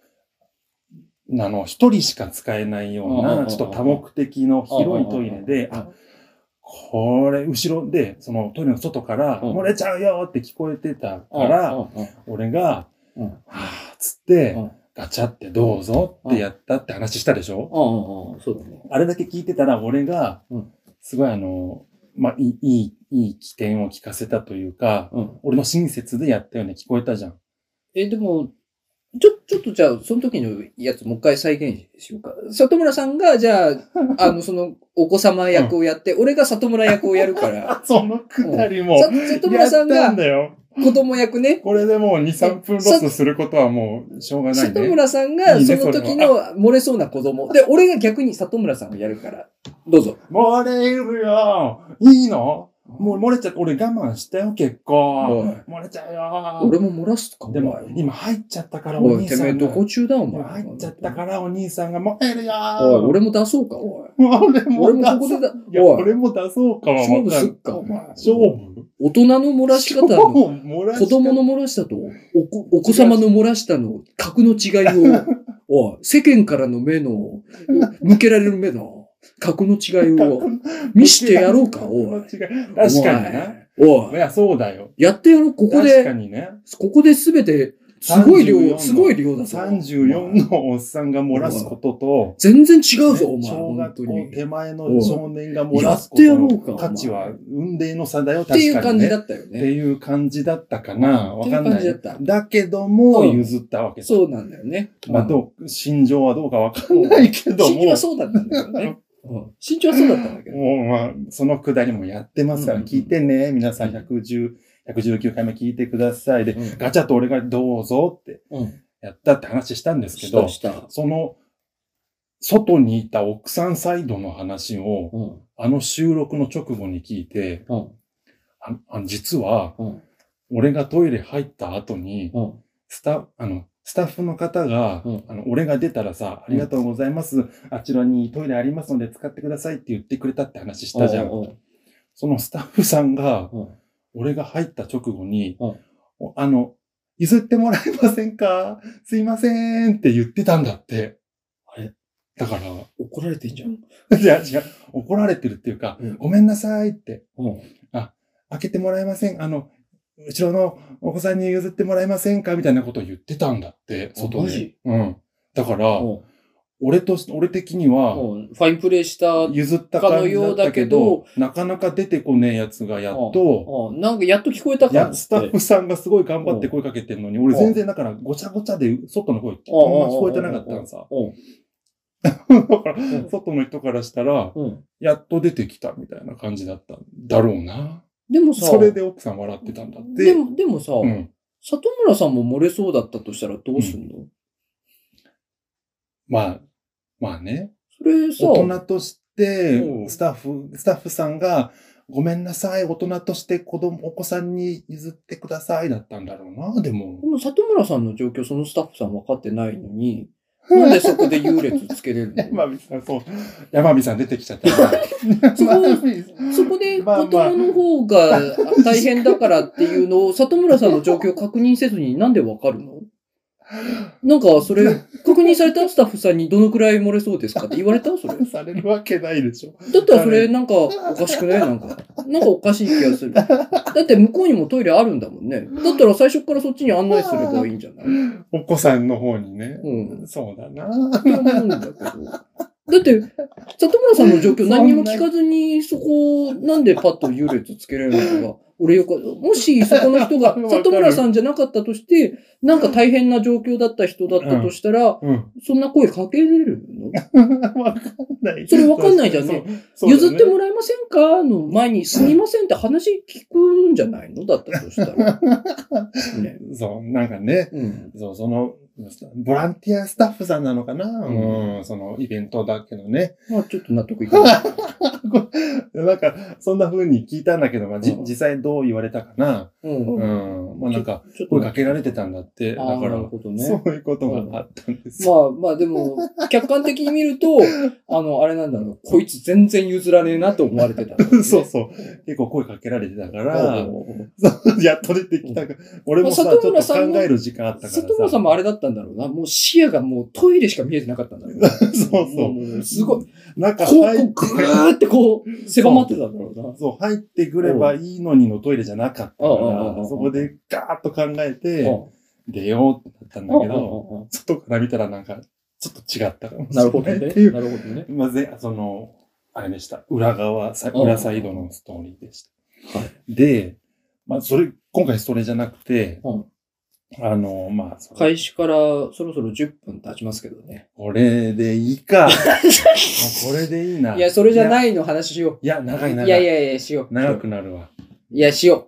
っと、あの、一人しか使えないよううんうんうな、んちょっと多目的の広いトイレで、うんうんうんあ、これ、後ろで、そのトイレの外から、うん漏れちゃうよって聞こえてたかうんら、うんうん俺が、うんはぁ、つってうん、ガチャってどうぞってやったって話したでしょうんうんうんそうだね。あれだけ聞いてたら、俺がうん、すごいあの、まあ、いい、いい、いい起点を聞かせたというか、うん俺の親切でやったよね、聞こえたじゃん。え、でも、ちょ、ちょっとじゃあ、その時のやつもう一回再現しようか。里村さんが、じ ゃあ、あの、その、お子様役をやって、俺が里村役をやる から、そのくだりも、さ里村さんやったがんだよ。子供役ね、これでもう2、3分ロスすることはもうしょうがない里ね。村さんがいいそねの時の漏れそうな子供。で、俺が逆に里村さんをやるから。どうぞ。漏れるよいいのもう漏れちゃって、俺我慢したよ、結構。漏れちゃうよ俺も漏らすかでもお、前今入っちゃったからおおい、兄てさめえんが。どこ中だ、お今前。入っちゃったからお兄さんが漏れるよおい、俺も出そうか、おい。俺も俺もそこで出だ、そういや、おい、俺も出そうかは勝分負かすっる。か、お前。勝負大人の漏らし方勝の負漏らし子供の漏らしたとお子お子様の漏らしたの格の違いを、 おい世間からの目の、向けられる目の格の違いを見してやろうか、おい。違う確かにな。おい。いや、そうだよ。やってやろう、ここ確かで、にね。ここで全てすごい量、すごい量だぞ。 34のおっさんが漏らすことと、全然違うぞ、おね前。小本学当校に。手前の少年が漏らすこやってやろうとかおの前価値は運命の差だよ、って確いうか感にじね。だっったよてね。いう感じだったかな。わかんっなていうい。感じだっだけども、うん譲ったわけた。だ。そうなんだよね。まあ、どう、心情はどうかわかんないけども。身長はそうだったんだけどね。うん身長はそうだったんだけど。もう、まあ、そのくだりもやってますから、うんうん聞いてね。皆さん、110、119回目聞いてください。で、うんガチャと俺がどうぞってうん。やったって話したんですけしたど、した。その、外にいた奥さんサイドの話を、うん。あの収録の直後に聞いて、うん。ああ実は、うん。俺がトイレ入った後に、うん。スタ、あの、スタッフの方が、うんあの、俺が出たらさ、ありがとうございます、あちらにトイレありますので使ってくださいって言ってくれたって話したじゃん。おうおうそのスタッフさんが、おう俺が入った直後に、うんおあの、譲ってもらえませんかすいませんって言ってたんだって。あれだから、怒られてんじゃん。 いや違う、怒られてるっていうか、うんごめんなさいって、うん。開けてもらえませんあの、後ろのお子さんに譲ってもらえませんかみたいなことを言ってたんだって、あ外マでジ。うん。だから、うん俺とし、俺的には、うんファインプレーした。うん譲った感じだったけど、なかなか出てこねえやつがやっと、なんかやっと聞こえたいからや、っつスって。タッフさんがすごい頑張って声かけてるのに、俺全然だからごちゃごちゃで外の声、あんま聞こえてなかったのさ。うん。だから ん、外の人からしたら、うん。やっと出てきたみたいな感じだったんだろうな。でもさ、それで奥さん笑ってたんだって。でも、でもさ、うん。里村さんも漏れそうだったとしたらどうすんの、まあ、まあね。それさ、大人としてう、んスタッフ、スタッフさんが、ごめんなさい、大人として子供、お子さんに譲ってくださいだったんだろうな、でもで。も里村さんの状況、そのスタッフさん分かってないのに、なんでそこで優劣つけれ るの山火さん、そう。山火さん出てきちゃったな。 そ こ山火さんそこでまあ子まあ供の方が大変だからっていうのを、里村さんの状況を確認せずになんでわかるのなん か、それ、確認されたスタッフさんにどのくらい漏れそうですかって言われたそれ。だされるわけないでしょ。ったらそれ、なんか、おかしくないなんか。なんかおかしい気がする。だって向こうにもトイレあるんだもんね。だったら最初からそっちに案内すればいいんじゃないうん。お子さんの方にね。っそうだな。て思うんだけど。だって、里村さんの状況何にも聞かずに、そこをなんでパッと優劣つけられるのかが、俺よく、もしそこの人 わがかる、里村さんじゃなかったとして、なんか大変な状況だった人だったとしたら、うん。そんな声かけれるのわかんない。 それわかんないじゃんねそう。そうだね譲ってもらえませんかの前に、すみませんって話聞くんじゃないのだったとした ら。ね。そう、なんかね。うん。そう、その、ボランティアスタッフさんなのかな、ううんん、そのイベントだけどね。まあちょっと納得いかない。なんか、そんな風に聞いたんだけど、まあ、じうん実際どう言われたかな。う。うんん。まあなんか、ちょっと声かけられてたんだって。だああかなら、るほどね。そういうことがあったんですよ。まあまあでも、客観的に見 ると、あの、あれなんだろう、こいつ全然譲らねえなと思われてた、そうそう。結構声かけられてたかうら、んそうやっと出てきたか。俺もさ、ち里ょっと村さ考んもえる時間あったからさ。里村さんもあれだったんだろうな。もう視野がもうトイレしか見えてなかったんだろうな。そうそももすごい。こう。なんう、かこ入うっぐーってこう、狭まってたんだろうな。そう、入ってくればいいのにのトイレじゃなかったかうんうんうんうら、んそこでガーッと考えうんて、出ようってなったんだけうんど、うんうん外から見たらなんか、ちょっと違ったかもしれなない。るほどね。なっているう、ほどね。まず、その、あれでした。裏側、さ裏サイドのストーリーでした。はで、まあ、それ、今回それじゃなくて、うんあの、まあ、それ開始からそろそろ10分経ちますけどね。これでいい か。もうこれでいいな。。いや、それじゃないいの話しよいや、長い長う。い。いやいやいや、しよう。長くなるわ。いや、しよ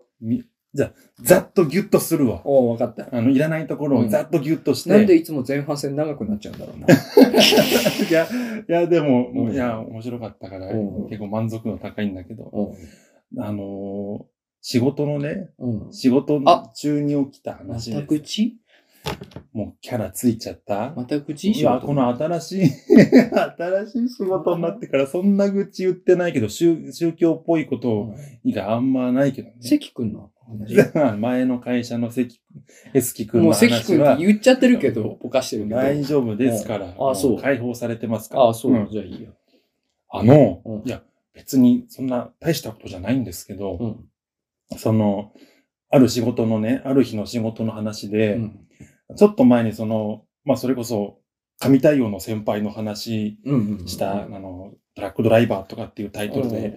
ざっとギュッとするわう。。おう、わかった。あの、いらないところうをんざっとギュッとして。なんでいつも前半戦長くなっちゃうんだろう な。 いや、いや、でも、もううんいや、面白かったから、うん結構満足度高いんだけど、うんあのー仕事のね、うん。仕事あ中に起きたま話たです。口もうキャラついちゃったまたい口にしよや、うとこ思う。の新しい、 新しい仕事になってから、そんな愚痴言ってないけど、宗宗教っぽいことをうんがあんまないけどね。 関君の話。前の会社の関、エスキ君ものう関話君っはて言っちゃってるけど、ぼかしてるけど。大丈夫ですから、あそうも解放されてますから。ああ、そう、んじゃあいいよ。あの、うんいや、別にそんな大したことじゃないんですけど、うん。その、ある仕事のね、ある日の仕事の話で、うんちょっと前にその、まあそれこそ、神対応の先輩の話うんうん。した、あの、トラックドライバーとかっていうタイトルうんうんでうん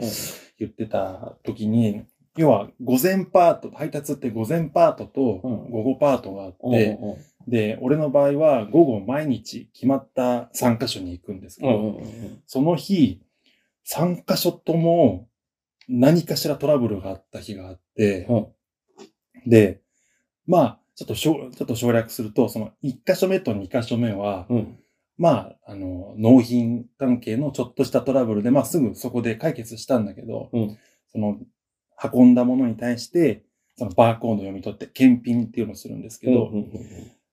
言ってた時に、要は午前パート、配達って午前パートとうん午後パートがあって、うんうんで、俺の場合は午後毎日決まった3カ所に行くんですけうど、んうんうんその日、3カ所とも何かしらトラブルがあった日があって、うんで、まあ、ちょっとしょちょっと省略すると、その1箇所目と2箇所目は、うんまあ、あの、納品関係のちょっとしたトラブルで、まあすぐそこで解決したんだけど、うんその、運んだものに対して、そのバーコードを読み取って、検品っていうのをするんですけど、うんうん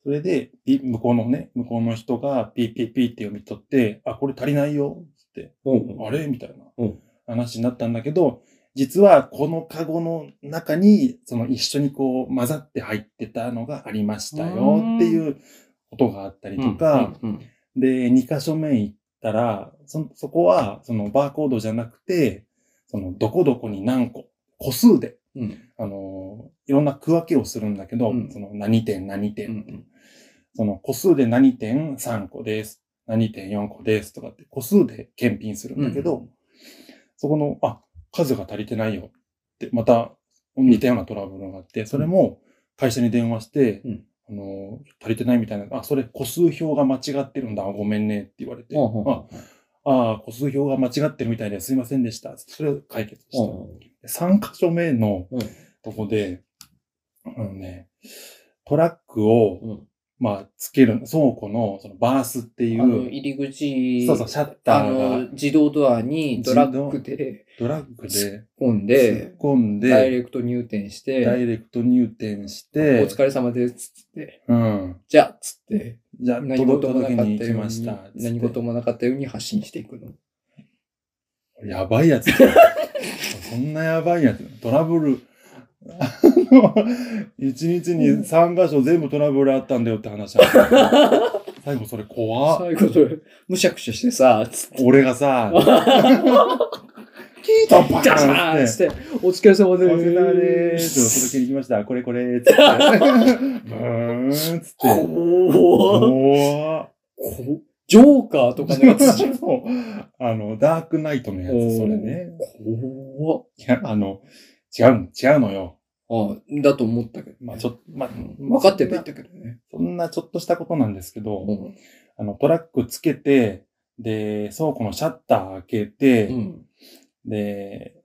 それで、ピ向こうのね、向こうの人が PPP って読み取って、あ、これ足りないよって、うんうんあれみたいなうん話になったんだけど、実はこのカゴの中に、その一緒にこう混ざって入ってたのがありましたよっていうことがあったりとか、うんうんで、2箇所目行ったら、そ、そこは、そのバーコードじゃなくて、その、どこどこに何個、個数で、うんあの、いろんな区分けをするんだけど、うんその、何点何点うんうんその個数で何点3個です。何点4個ですとかって個数で検品するんだけど、そこの、あ、数が足りてないよって、また似たようなトラブルがあって、それも会社に電話して、うんあの、足りてないみたいな、あ、それ個数表が間違ってるんだ、ごめんねって言われて、うんうんああー、個数表が間違ってるみたいですいませんでした。それを解決した。3箇所目のうんとこで、あのね、トラックを、うんうんまあ、つける、倉庫の、その、バースっていあのう、入り口そうそう、シャッあターのが、自動ドアにドラッグでドラッグで、突っ込ん突っで込んダイで、レクト入店しダてイレクト入店し「おて、疲れ様です」つってうん。 「じゃあ」つってじゃあ、何事もな届かけっにた行きようましにた。つって何事もなかったように発信していくの。やばい やつだよ。そんなやばいやつ。トラブル。あの一日に3箇所全部トラブルあったんだよって話なんだけど最後それ怖っ最後それむしゃくしゃしてさつって。俺が さ、キートパじゃーンーっってつ。って、お疲れ様お疲れ様で。ですーす。届けに来ました。これこれ。つって。ブーンつって。こおーこジョーカーとかのやつじゃん。そうあの、ダークナイトのやつ、それね。怖いや、あの、違う、違うのよ。あだと思ったけど。まあちょっと、まあ、分かってた言ったけどね。そんなちょっとしたことなんですけど、うんあの、トラックつけて、で、倉庫のシャッター開けて、うん。で、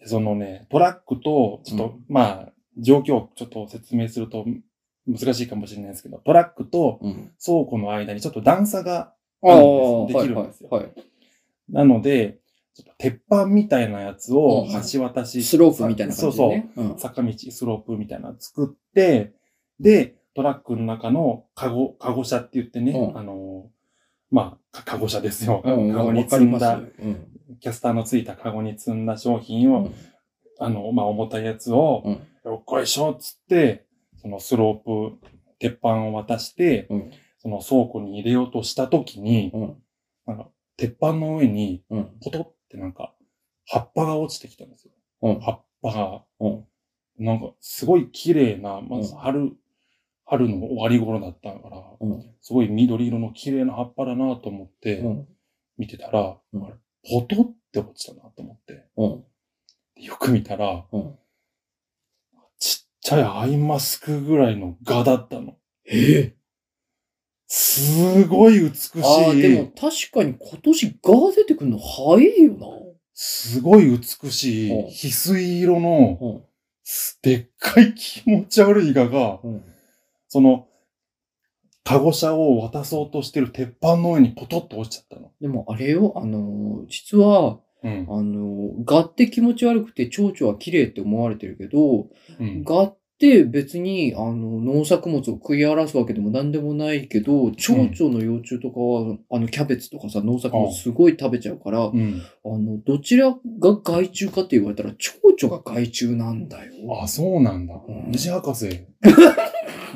でそのね、トラックと、ちょっと、まあ、状況をちょっと説明すると難しいかもしれないですけど、トラックとうん。倉庫の間にちょっと段差が、ああ、ではきいるはんですいよはい。なので、ちょっと鉄板みたいなやつをうん橋渡し、スロープみたいな感じでそうそう。ね。うん坂道、スロープみたいなの作って、で、トラックの中のカゴ、カゴ車って言ってね、うんあのーまあ、かカゴ車ですよ。うん。カゴわにか積りんますだよ、。うんキャスターのついたカゴに積んだ商品を、あの、まあ、重たいやつを、うんよっこいしょっつって、そのスロープ、鉄板を渡して、うんその倉庫に入れようとしたときに、うん。鉄板の上に、うん。ポトってなんか、葉っぱが落ちてきたんですよ。うん。葉っぱが、うんなんか、すごい綺麗な、まずうん春、春の終わり頃だったから、うんすごい緑色の綺麗な葉っぱだなと思ってう、ん。見てたら、うんあれ、ポトって落ちたなと思って、うん。よく見たら、うんちっちゃいアイマスクぐらいの蛾だったの。えすごい美しああ、でもい、確かに今年が出てくるの早いよな。すごい美しい、うん翡翠色の、うん。でっかい気持ち悪い蛾が、うん。その、カゴ車を渡そうとしてる鉄板の上にポトッと落ちちゃったの。でもあれよ、あのー、実は、うんあのー、蛾って気持ち悪くて蝶々は綺麗って思われてるけど、うん。蛾って別に、あの、農作物を食い荒らすわけでも何でもないけど、蝶々の幼虫とかは、あの、キャベツとかさ、農作物すごい食べちゃうから、あうん。の、どちらが害虫かって言われたら、蝶々が害虫なんだよ。あ、そうなんだう。ん虫博 士。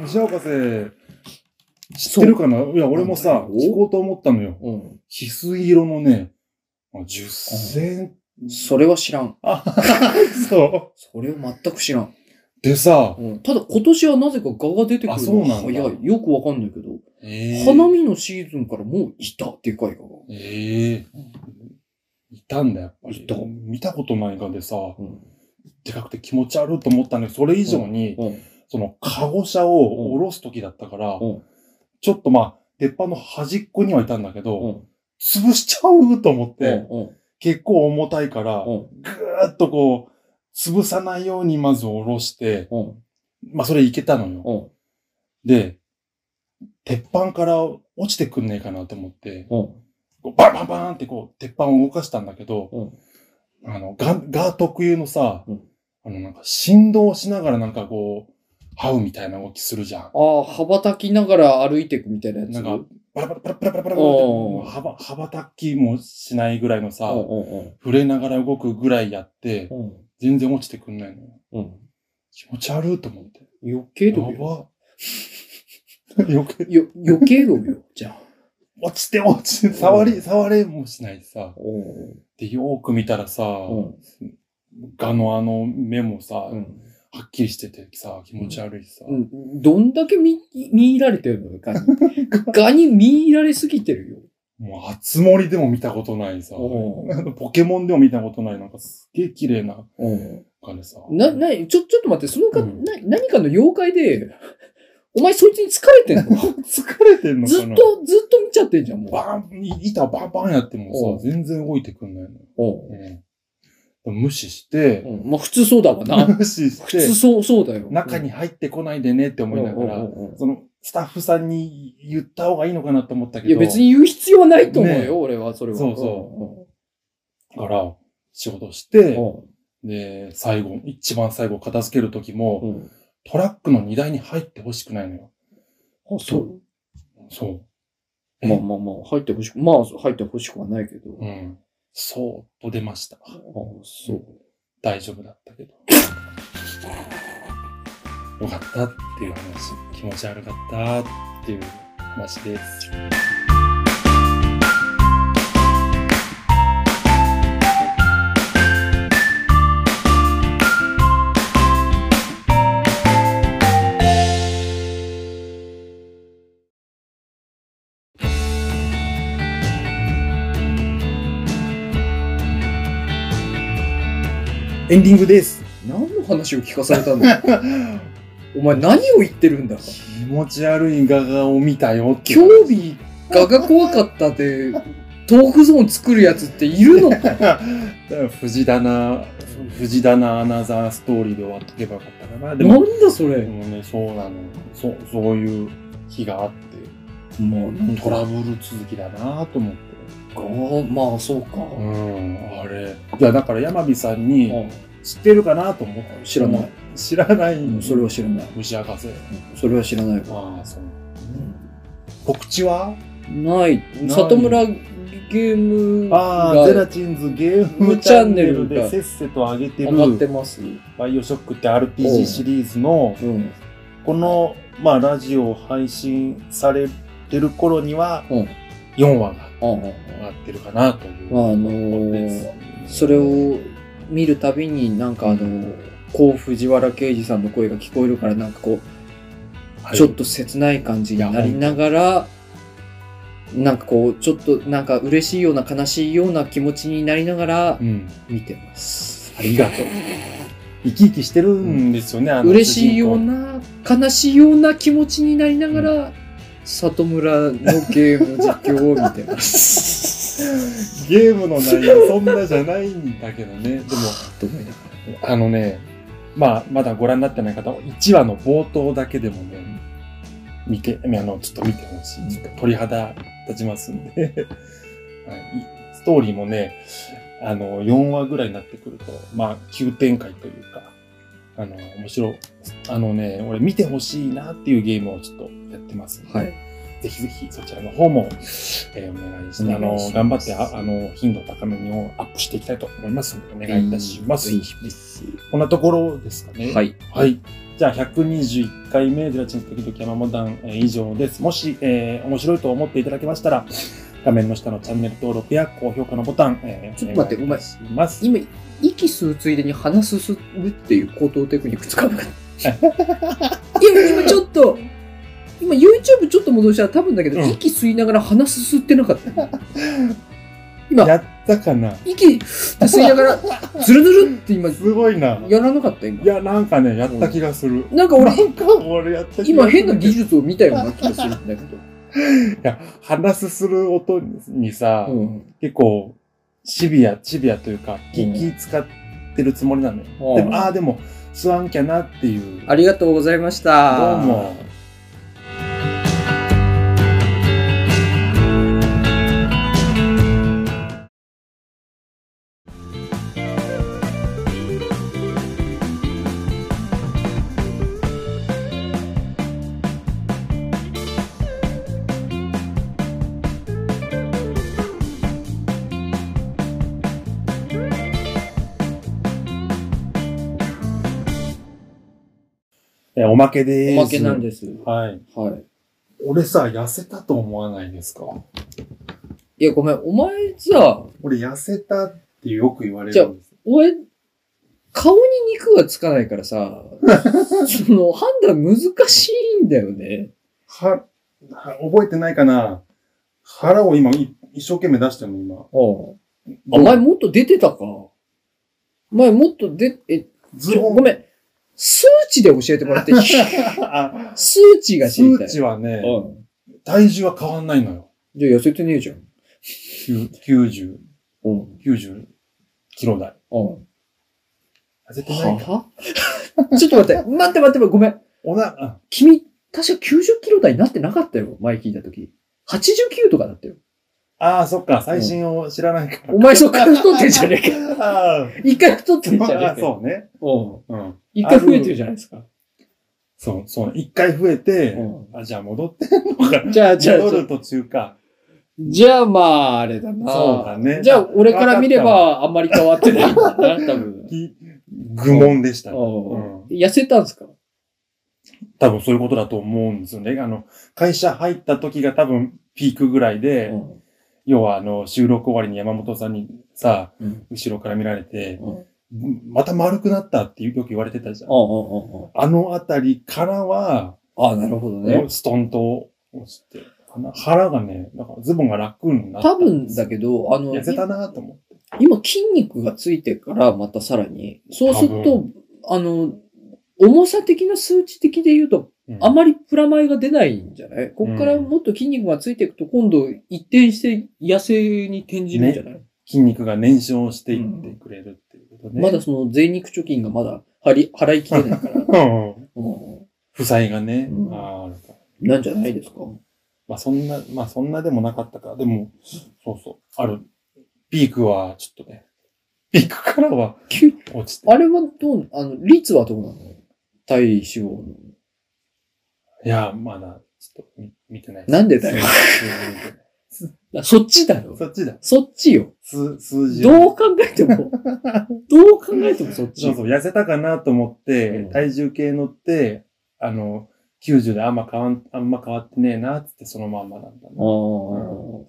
虫博士、知ってるかないや、俺もさ、そう聞こうと思ったのよ。うん。翡翠色のね、あ10センそれは知らん。チ、そう。それを全く知らん。でさ、うん、ただ今年はなぜか蛾が出てくるあそうなんだいや、よくわかんないけど、えー花見のシーズンからもういた、でかい蛾が。ええいたんだ、やっぱり。いた見たことないがでさ、うんでかくて気持ち悪いと思ったんだけど、それ以上に、うんその、カゴ車を下ろす時だったから、うんちょっとまあ、鉄板の端っこにはいたんだけど、うん潰しちゃうと思って、うん結構重たいから、うんぐーっとこう、潰さないようにまず下ろして、うんまあそれいけたのよ。うんで、鉄板から落ちてくんねえかなと思って、うんこうバンバンバーンってこう、鉄板を動かしたんだけど、うんあの、ガ、ガー特有のさ、うんあの、なんか振動しながらなんかこう、ハウみたいな動きするじゃん。ああ、羽ばたきながら歩いていくみたいなやつ。なんうんか、パラパラパラパラパラパラって、おーはば、羽ばたきもしないぐらいのさ、うん触れながら動くぐらいやって、うん全然落ちてくんないのよ。うん気持ち悪いと思って。余計やだよ。ば。 よく、よ、余計だよ、じゃあ。落ちて落ちて、触り、触れもしないでさ。うんで、よーく見たらさ、うんガのあの目もさ、うんはっきりしててさ、気持ち悪いしさ。うんどんだけ見、見入られてるのガニ。ガニ見入られすぎてるよ。もう、初盛りでも見たことないさ。う んポケモンでも見たことない、なんかすげえ綺麗なうん彼さ。な、なに、ちょ、ちょっと待って、そのか、うんな、何かの妖怪で、お前そいつに疲れてんの疲れてんのずかっなと、ずっと見ちゃってんじゃん、もう。バーン、い板バンバンやっておもうさ、全然動いてくんないの。うんうん、無視して、うん、まあ普通そうだわな。無視し普て通、そう、そうだよ。中に入ってこないでねってうん思いながうんら、うんうんそのスタッフさんに言った方がいいのかなと思ったけど、いや別に言う必要はないと思うよ、ね俺は、それは。そうそだから仕事しうんて、で、最後、一番最後片付ける時うも、ん。うんトラックの荷台に入ってほしくないのよ。あ、そう。そう。えまあまあまあ、入ってほしく、まあ入ってほしくはないけど。うあ、ん。そーっと出ました。そう。大丈夫だった けど。よかったっていう話。気持ち悪かったっていう話です。エンディングです。何の話を聞かされたんだよお前何を言ってるんだ気持ち悪いガガを見たよっていう興味がが怖かったで、トークゾーン作るやつっているのか 藤棚、藤棚アナザーストーリーで終わっとけばよかったかな。でなも、んだそでれ。もね、そうなの。そう、そういう日があって、もうなんトか、ラブル続きだなと思って。まあそうか。うん、あれ。いや、だから山火さんにうん知ってるかなと思った。知らない。知らないうんそれは知らない。虫博士。それは知らないわ。ああ、そう。告知はない。里村ゲームああ、ゼラがチンズゲームチャンネルでせっせと上げて上がってるます。バイオショックっておう RPG シリーズのうん。この、まあ、ラジオを配信されてる頃にはうん。 4話がああ上がってるかなという。まああのですそれを見るたびになんかあの、こう藤原啓治さんの声が聞こえるからなんかこう、はいちょっと切ない感じになりながら、なんかこう、ちょっとなんか嬉しいような悲しいような気持ちになりながらうん。見てます。ありがとう。生き生きしてるんですよね、あの嬉しいよう主人な悲しいような気持ちになりながら、里村のゲーム実況を見てます。公ゲームの内容そんなじゃないんだけどね。でも、と思いながあのね、まあ、まだご覧になってない方は、1話の冒頭だけでもね、見て、あの、ちょっと見てほしい。ちょっと鳥肌立ちますんで、 はい。ストーリーもね、あの、4話ぐらいになってくると、まあ、急展開というか、あの、面白い、あのね、俺見てほしいなっていうゲームをちょっとやってますんで、ら。はい。ぜひぜひそちらの方も、えーお願いして、あお願のいします、頑張ってあ、あの、頻度高めにをアップしていきたいと思いますので、お願いいたします。いいですこんなところですかね。。はいい。はい。じゃあ、121回目、ゼラチン時々山モダン、えー以上です。もし、えー面白いと思っていただけましたら、画面の下のチャンネル登録や高評価のボタン、えー、ちょっと待ってお願いいたします。 今、息吸うついでに鼻すするっていう口頭テクニック使わなかった。いや、今ちょっと、今 YouTube ちょっと戻したら多分だけど、うん息吸いながら鼻すすってなかった。今、やったかな息吸いなが ら、ズルズルって今、すごいな。やらなかった今い。や、なんかね、やった気がする。なんかな俺、んか俺やった気がする。今変な技術を見たような気がするんだけど。いや、話すする音にさ、うん。結構、シビア、シビアというか、気、うん気使ってるつもりなのよ。でも、ああ、でも、吸わんきゃなっていう。ありがとうございましどた。うも。えおまけおです。まけなんです。はい。はい。俺さ、痩せたと思わないですかいや、ごめん。お前さ、俺、痩せたってよく言われるんです。俺、顔に肉がつかないからさ、 その判断難しいんだよね。は、は覚えてないかな腹を今、い一生懸命出してるの、今。お前もっと出てたか。前もっと出、え、ズちボょンごめん。数値で教えてもら っていいあ数値が知りた数値い。はね、うん。体重は変わんないのよ。じゃあ痩せてねえじゃん。きゅう90、うん。 90キロ台。うん。痩せてないかはは ちょっと待って。待って待って待って。ごめん。おな、あ君、確か90キロ台になってなかったよ。前聞いたとき。89とかだったよ。あー、そっか、最新を知らないかお前そっから太ってんじゃねえら。か。あ あー、一回太ってんじゃねあえか。そうね。うんうん。一回増えてるじゃないですか。そう、そう。一回増えて、うあ、じゃあ戻ってんのか。じゃ あ、じゃあ、戻じゃある途中か。じゃあまあ、あれだな。そうだねじゃあ、俺から見れば、あんまり変わってないんだ な、多分。き愚問でしたね。うんうん痩せたんですか多分そういうことだと思うんですよね。あの、会社入った時が多分ピークぐらいで、要はあの、収録終わりに山本さんにさ、うん後ろから見られて、うんまた丸くなったってよく言われてたじゃん。あああのあたりからは、ああああ、なるほどね。ストンと落ちて、腹がね、なんかズボンが楽になった。多分だけど、あの、痩せたなと思って。今筋肉がついてからまたさらに、そうする多と、あの、重さ的な数値的で言うと、あまりプラマイが出ないんじゃないこっからもっと筋肉がついていくと、今度一転して痩せに転じるんじゃない、筋肉が燃焼していってくれるっていうことね。まだその贅肉貯金がまだ張り払いきれないから、 うん、うん負債がね、うんあーあるから。なんじゃないですかまあそんな、まあそんなでもなかったか。でも、そうそう。ある、ピークはちょっとね、ピークからはき落ちて。あれはどう、あの、率はどうなの体脂肪の。いや、まだ、ちょっと見見てない。なんでだよ数字見てないあそっちだ よ。そっちだ。そっちよ。数数字をどう考えて も、どう考えてもそっちそう。そう、痩せたかなと思って、うん体重計乗って、あの、90であんま変わん、あんま変わってねえな、つってそのまんまなんだな。そ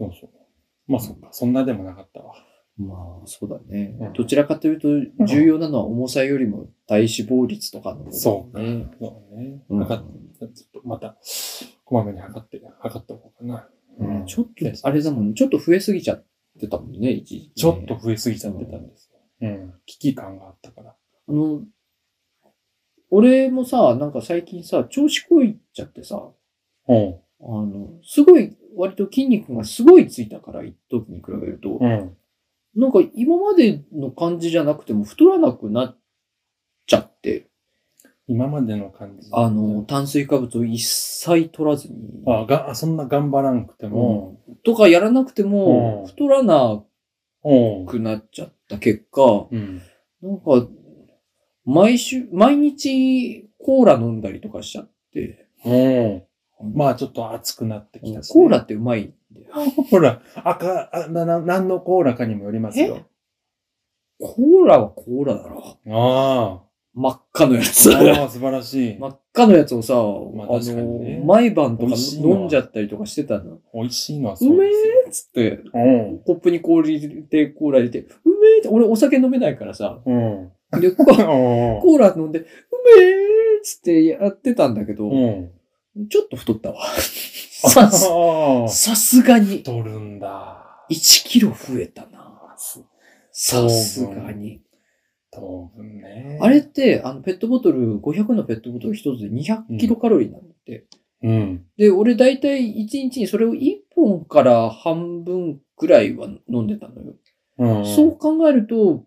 うあそう。まあそっか、そんなでもなかったわ。あ、まあ、そうだねうん。どちらかというと、重要なのは重さよりも体脂肪率とかの方だね。そうかうん。そうね。測っちょっとまた、こまめに測って、測っておこうかな。うんちょっと、あれだもんね、ちょっと増えすぎちゃってたもんね、一時期ねちょっと。増えすぎちゃってたんですよ。うん。危機感があったから。あの、俺もさ、なんか最近さ、調子こいちゃってさ、うん。あの、すごい、割と筋肉がすごいついたから、一時に比べると、うん。なんか今までの感じじゃなくても太らなくなっちゃって、今までの感じ。あの、、炭水化物を一切取らずに、あが、あそんな頑張らんくても、とかやらなくてうもん太らなうん。くなっちゃった結果、うん。なんか、毎週、毎日コーラ飲んだりとかしちゃって、うん。まあちょっと暑くなってきたし、コーラってうまいんだよ。コーラ、赤、あな、な、何のコーラかにもよりますよ。コーラはコーラだろ。あ真っ赤のやつあ。。ああ、素晴らしい。 真っ赤のやつをさ、あまあ確かにねの、毎晩とか美味しいのは飲んじゃったりとかしてたの。美味しいのはうめえすっつって、よ。コップに氷入れて、コーラ入れて、うめえって、俺お酒飲めないからさ、うん。うん。で、コうんコーラ飲んで、うえーっつってやってたんだけど、うん。ちょっと太ったわ。さす、あさ すがに、取るんだ。 1キロ増えたな。さすがに。糖分ね。あれって、あの、ペットボトル、500のペットボトル一つで200キロカロリーなんだって。うん。で、俺大体1日にそれを1本から半分くらいは飲んでたのよ。うん。そう考えると、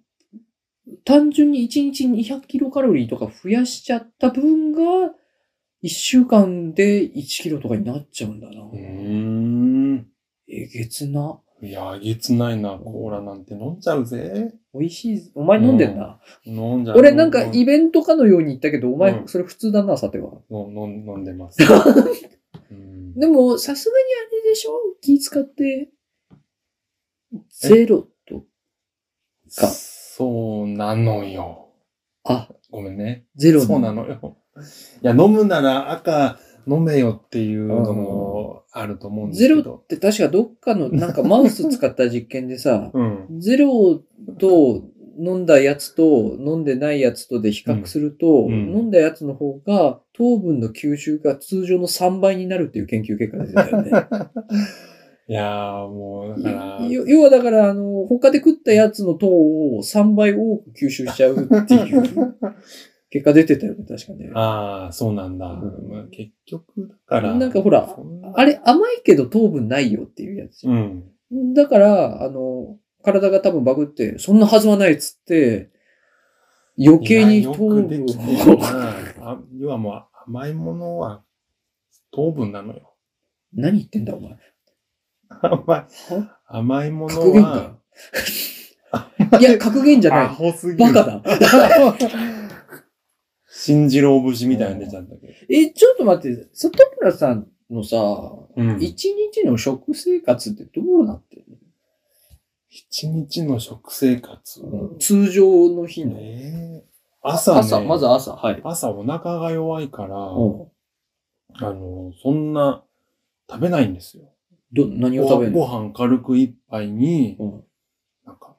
単純に1日に200キロカロリーとか増やしちゃった分が、1週間で1キロとかになっちゃうんだな。うーん。えげつな。いや、えげつないな。コーラなんて飲んじゃうぜ。美味しい。お前飲んでんな。飲んじゃう。俺なんか飲イベントかのように言ったけど、お前うんそれ普通だな、さては。飲ん飲んで ます。うんでも、さすがにあれでしょ気使って。ゼロと。かそうなのよ。あ、ごめんね。ゼロそうなのよ。いや、飲むなら赤飲めよっていうのもあると思うんですゼけロどっ。て確かどっかの、なんかマウス使った実験でさ、うん。ゼロと飲んだやつと飲んでないやつとで比較すると、うんうん飲んだやつの方が糖分の吸収が通常の3倍になるっていう研究結果が出てたよね。 いやー、もう、だから、よ要はだから、あの、他で食ったやつの糖を3倍多く吸収しちゃうっ ていう、結果出てたよね、確かね。ああ、そうなんだ。うんまあ、結局、だから。なんかほらそんなあれ、甘いけど糖分ないよっていうやつ。うん。だから、あの、体が多分バグって、そんなはずはないっつって、余計にいや糖よ分くをできてるなあ要はもう甘いものは糖分なのよ。何言ってんだ、お前。甘い、甘いもの格言はか。 いや、格言じゃアなホすい。ぎバる。カだ。信じろ節みたいに出ちゃったけど。え、ちょっと待って、里村さんのさ、うん一日の食生活ってどうなってるの一日の食生活。通常の日の。ねえ朝ね、朝、まず朝、はい。朝お腹が弱いから、うんあの、そんな食べないんですよ。ど、何を食べるごの飯軽く一杯に、うんなんか、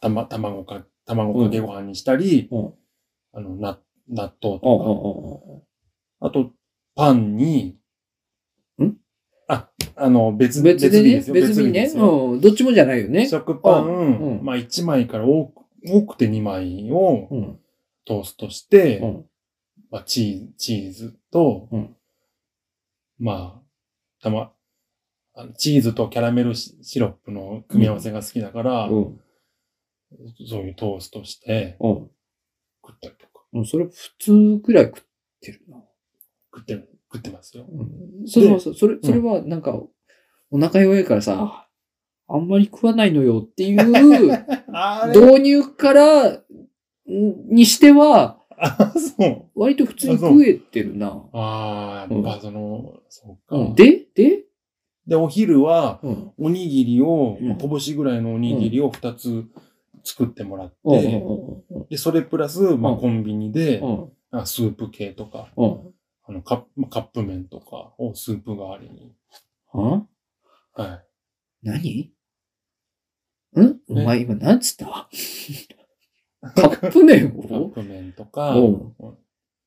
たま、卵か、卵かけご飯にしたり、うんあの、な、納豆うんとか、あと、パンに、んあ、あの、別、うん別でね、別にでねす、ようん、どっちもじゃないよね。食パン、うんまあ1枚から多く、多くて2枚をうん、トーストして、うん、まあ、チーズ、チーズと、うんまあ、たま、あのチーズとキャラメルシシロップの組み合わせが好きだから、うんそういうトーストしてうん。食ったりとか、うんそれ普通くらい食ってるな。食ってる、食ってますよ。うんそれはさ、それ、それはなんか、お腹弱いからさ、あんまり食わないのよって いうあ導入から、んにしては、あ、そう。割と普通に食えてるな。ああ、やっぱその、そうか、うんで、で、で、お昼は、うんおにぎりを、うんこぼしぐらいのおにぎりを2つ作ってもらって、うんうんうんで、それプラス、まあ、うんコンビニで、うんあスープ系とか、うんあのカップ、カップ麺とかをスープ代わりに。はは何んお前今何つったカップい。麺カッ をプ麺とか、おうん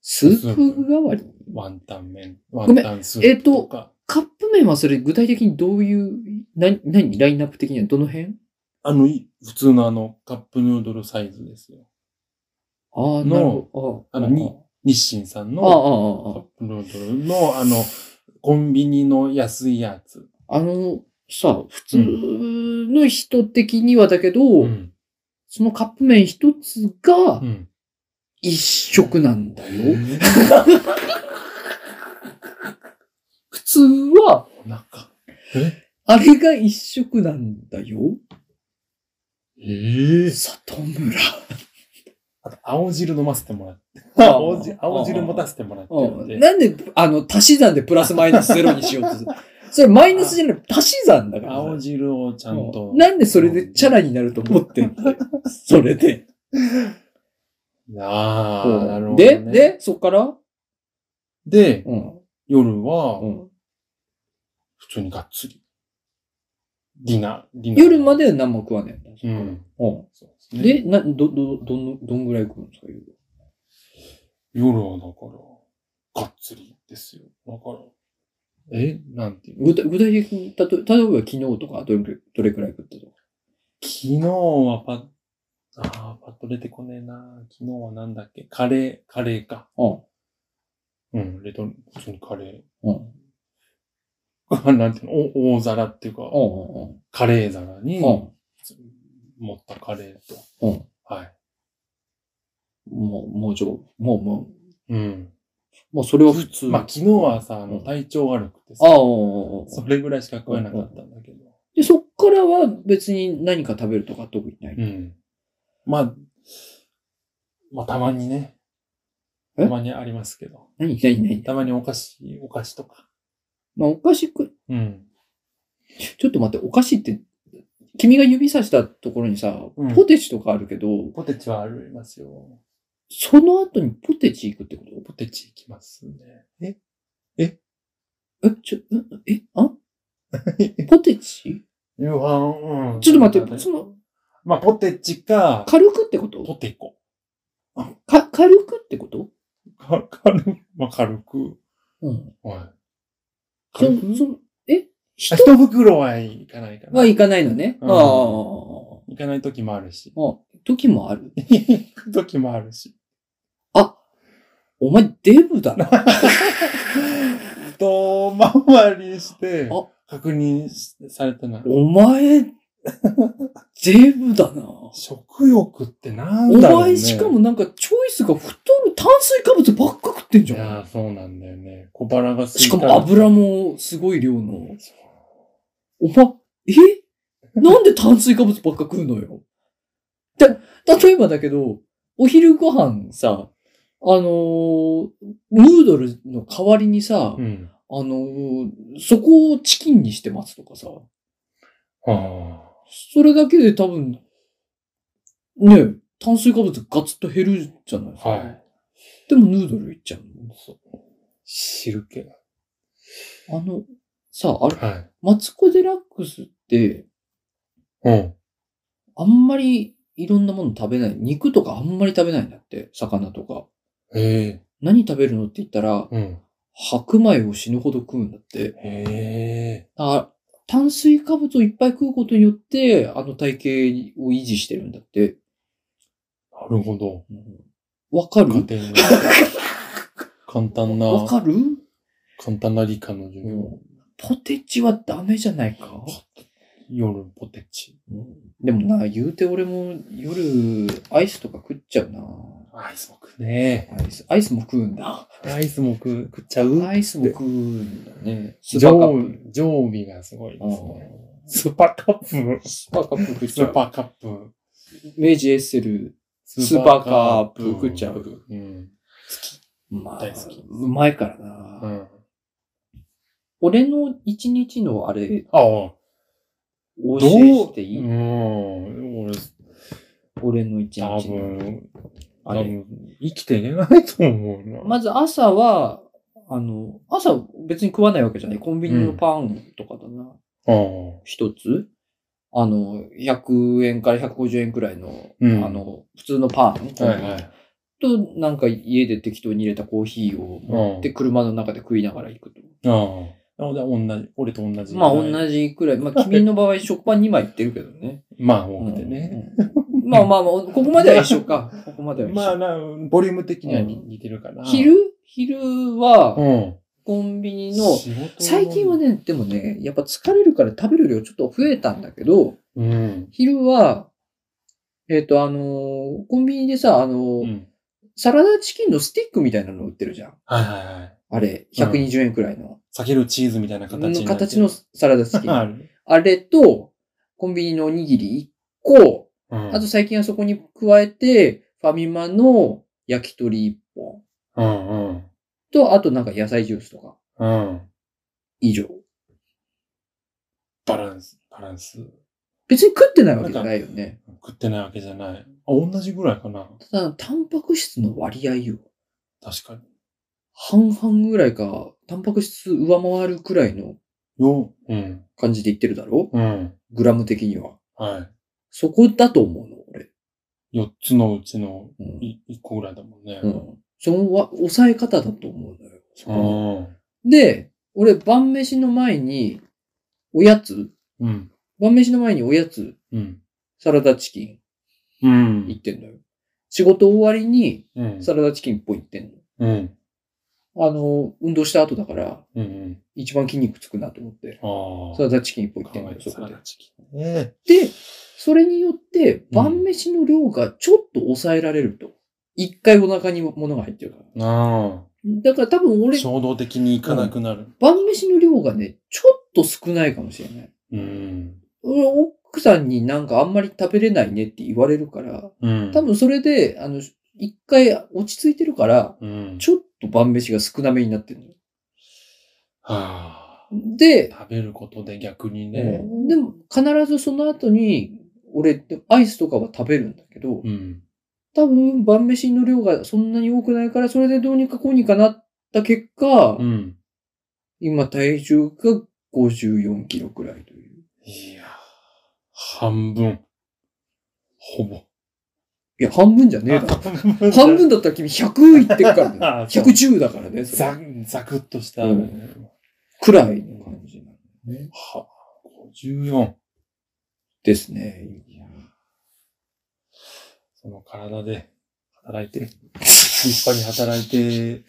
スープ代わりワンタン麺、ワめンんタンスープとか。カップ麺はそれ具体的にどういう、な、何ラインナップ的にはどの辺あの、い普通のあの、カップヌードルサイズですよ。ああ、なるほど。あのに日清さんああ、あのカあ、ッあプヌードルの、あの、コンビニの安いやつ。あ。あの、さ、普通の人的にはだけど、うん。そのカップ麺一つがうん。一食なんだよ。普通は、お腹。えあれが一食なんだよ。ええ里村。あと、青汁飲ませてもらって。ああ青汁、青汁持たせてもらってるんうんで。なんで、あの、足し算でプラスマイナスゼロにしようとする。それマイナスじゃなくて足し算だからさ。青汁をちゃんとう。んなんでそれでチャラになると思ってんだよ。それで。ああ、なるほど、で、ね。で、そっからでうん。夜はう、ん普通にがっつり。ディナー、ディナー。夜までは何も食わないんだ。うん。うんそうですね。で、な、ど、ど、どん、どんぐらい食うんですか、夜夜はだから、がっつりですよ。だから、えなんていうの具体具体的に、たと例えば昨日とかどれくどれくらい食ったとか。昨日はパッ、あーパッと出てこねえな昨日はなんだっけカレー、カレーか。ううん、レトルト、普通にカレん。うん。ー。 なんていうのお大皿っていうか、うん。うんカレー皿に、うん。持ったカレーと。うん。はい。もう、もうちょ、もう、もうん。う、もうそれは普通。まあ昨日はさ、あうの、ん体調悪くてさあ、あ、うんうんうんそれぐらいしか食えなかったんだけど。で、そっからは別に何か食べるとか特にない。うん。まあ、まあたまにね。えたまにありますけど。何何何たまにお菓子、お菓子とか。まあ、お菓子く、うん。ちょっと待って、お菓子って、君が指さしたところにさうん、ポテチとかあるけど、ポテチはありますよ。その後にポテチ行くってことポテチいきますね。え、ちょ、んえ、あ ポテチ夕飯、うん。ちょっと待って、その、まあポテチか、軽くってことポテコ。か、軽くってことか、軽く、まあ軽く。うん。はい。そ軽くそのえあ一一袋はいかないかな。は行かないのね。うんあああああいかない時もあるし。あ。ああ時もある。行く時もあるし。お前デブだな。遠回りしてあ、確認しされたな。お前、デブだな。食欲ってなんおだろう、ね、前しかもなんかチョイスが太る炭水化物ばっか食ってんいじゃやー、そうなんだよね。小腹がん。空いしたからも油もすごい量の。お前、えなんで炭水化物ばっか食うのよ。た、例えばだけど、お昼ご飯さ、あのーヌードルの代わりにさ、うん。あのーそこをチキンにしてますとかさ、はそれだけで多分、ねえ、炭水化物ガツッと減るじゃないですか。はいでもヌードルいっちゃうあ。そう汁気が。の。あの、さ、あれ、はい。マツコ・デラックスって、うん。あんまりいろんなもの食べない。肉とかあんまり食べないんだって、魚とか。へ何食べるのって言ったら、え。うん。白米を死ぬほど食うんだって。へえ。あ炭水化物をいっぱい食うことによって、あの体型を維持してるんだって。なるほど。うんわか家る庭の簡単な、わかる簡単な理科の授業。ポテチはダメじゃないか。夜ポテチ。でもな、言うて俺も夜、アイスとか食っちゃうな。アイスも食うね。アイス、アイスも食うんだ。アイスも食う食っちゃうアイスも食うんだね。スパ常カップ。備、常備がすごいでうすんね。スーパーカップ。スパカップ食っスちゃーう。パーカップ。明治エッセル。スーパーカップ食っちゃう。うん。まあ大好き、うまいからな。うん。俺の一日のあれ、ああ、教えどうていい、うん。俺、俺の一日多の分、多あれ。分、生きていけないと思うな。まず朝は、あの、朝別に食わないわけじゃない。コンビニのパンとかだな。ああ、一、つ。あの、100円から150円くらいの、うんあの、普通のパン。はいはい。と、なんか家で適当に入れたコーヒーを持って車の中で食いながら行くと。ああ。なので、同じ、俺と同じ。まあ同じくらい。まあ君の場合食パン2枚いってるけどね。まあ、多くてね。うん。まあまあまあ、ここまでは一緒 か。ここまでは一緒。まあな、ボリューム的にはにうん似てるかな。昼昼うは、ん。コンビニの、仕事の、最近はね、でもね、やっぱ疲れるから食べる量ちょっと増えたんだけど、うん。昼は、えっ、と、あのーコンビニでさ、あのーうん。サラダチキンのスティックみたいなの売ってるじゃん。はいはいはい。あれ、120円くらいの。避けるチーズみたいな形になってのる形のサラダチキン。ある。あれと、コンビニのおにぎり1個、うんあと、最近はそこに加えて、ファミマの焼き鳥1本うんうん。と、あとなんか野菜ジュースとか、うん。以上。バランス、バランス。別に食ってないわけじゃないよね。食ってないわけじゃない。あ、同じぐらいかな。ただ、タンパク質の割合よ。確かに。半々ぐらいか、タンパク質上回るくらいのよ、うん。感じで言ってるだろうん。グラム的には。はそこだと思うの、俺。い。四つのうちのうん。い一個ぐらいだもんね。うん、そのわ抑え方だと思うのよ。あーで、俺晩飯の前に、おやつうん。晩飯の前におやつ、うん。サラダチキンうん行っ。てんのよ。仕事終わりにうん。サラダチキン一本行ってんうん。の。あの、運動した後だから、うんうん。一番筋肉つくなと思って、ああ。サラダチキン一本行考ってんのえよ、てそサこラでダ。チキン。えで、それによって、うん晩飯の量がちょっと抑えられると。一回お腹に物が入ってるから。え。あだから多分あ。俺、衝動的に行かなくなる。晩飯の量がね、ちょっと少ないかもしれない。うん。俺奥さんになんかあんまり食べれないねって言われるから、うん。多分それで、あの、一回落ち着いてるから、うん。ちょっと晩飯が少なめになってるはあ。の。で、食べることで逆にね。でも必ずその後に、俺ってアイスとかは食べるんだけど、うん。多分晩飯の量がそんなに多くないから、それでどうにかこうにかなった結果、うん。今体重が54キロくらいという。いや、半分。ほぼ。いや、半分じゃねえだろ。半。半分だったら君100いってっからね あそう110だからね。それざ、ざくっとした。うくらいの感じなんだね。は、54。ですね。その体で働い て、立派に働いて、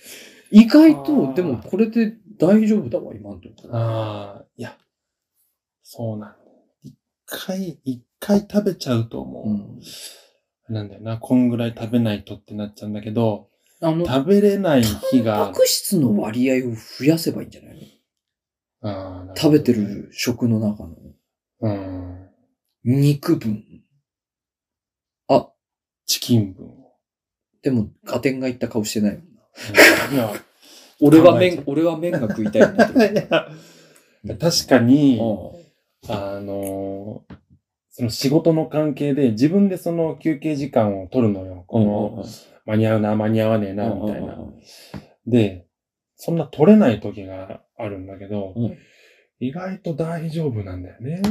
意外あーと、でもこれで大丈夫だわ、今のところ。ああ、いや、そうなんだ。一回、一回食べちゃうと思う。うんなんだよな、こんぐらい食べないとってなっちゃうんだけど、あの、タン食べれない日がパ。ク質の割合を増やせばいいんじゃないのあー食べて。る食の中のうん。肉分。チキン分。でも、ガテンがいった顔してないもんな。いや、俺は考麺、俺は麺が食いたいよなと思っえててい や確かに、うんあのーその仕事の関係で自分でその休憩時間を取るのよ。この、間に合うな、間に合わねえな、みたいな。で、そんな取れない時があるんだけど、うん意外と大丈夫なんだよね。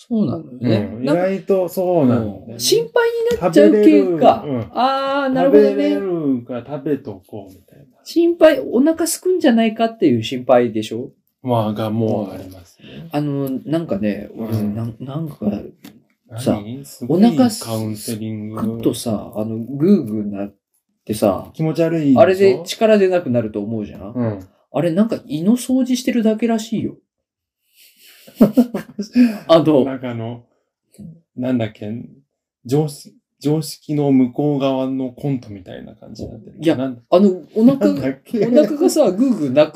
そうなのよね。うん、意なんか外とそうなんだよね。心配にな食っちゃべうれ系るか。うんああ、なる食べほどれね。るから食べとこうみたいな。心配、お腹すくんじゃないかっていう心配でしょまあ、がもうありますね。あの、なんかね、俺うんなん、なんか、さ何すごいお腹すカウンセリンぐグっ。とさ、あの、グーグーなってさ、気持ち悪いしょあれで力出なくなると思うじゃん、うん。あれなんか胃の掃除してるだけらしいよ。あの、なんかあの、なんだっけ、常識、常識の向こう側のコントみたいな感じになってる。いやなんあの、おな腹んがだ、っけお腹がさ、グーグー泣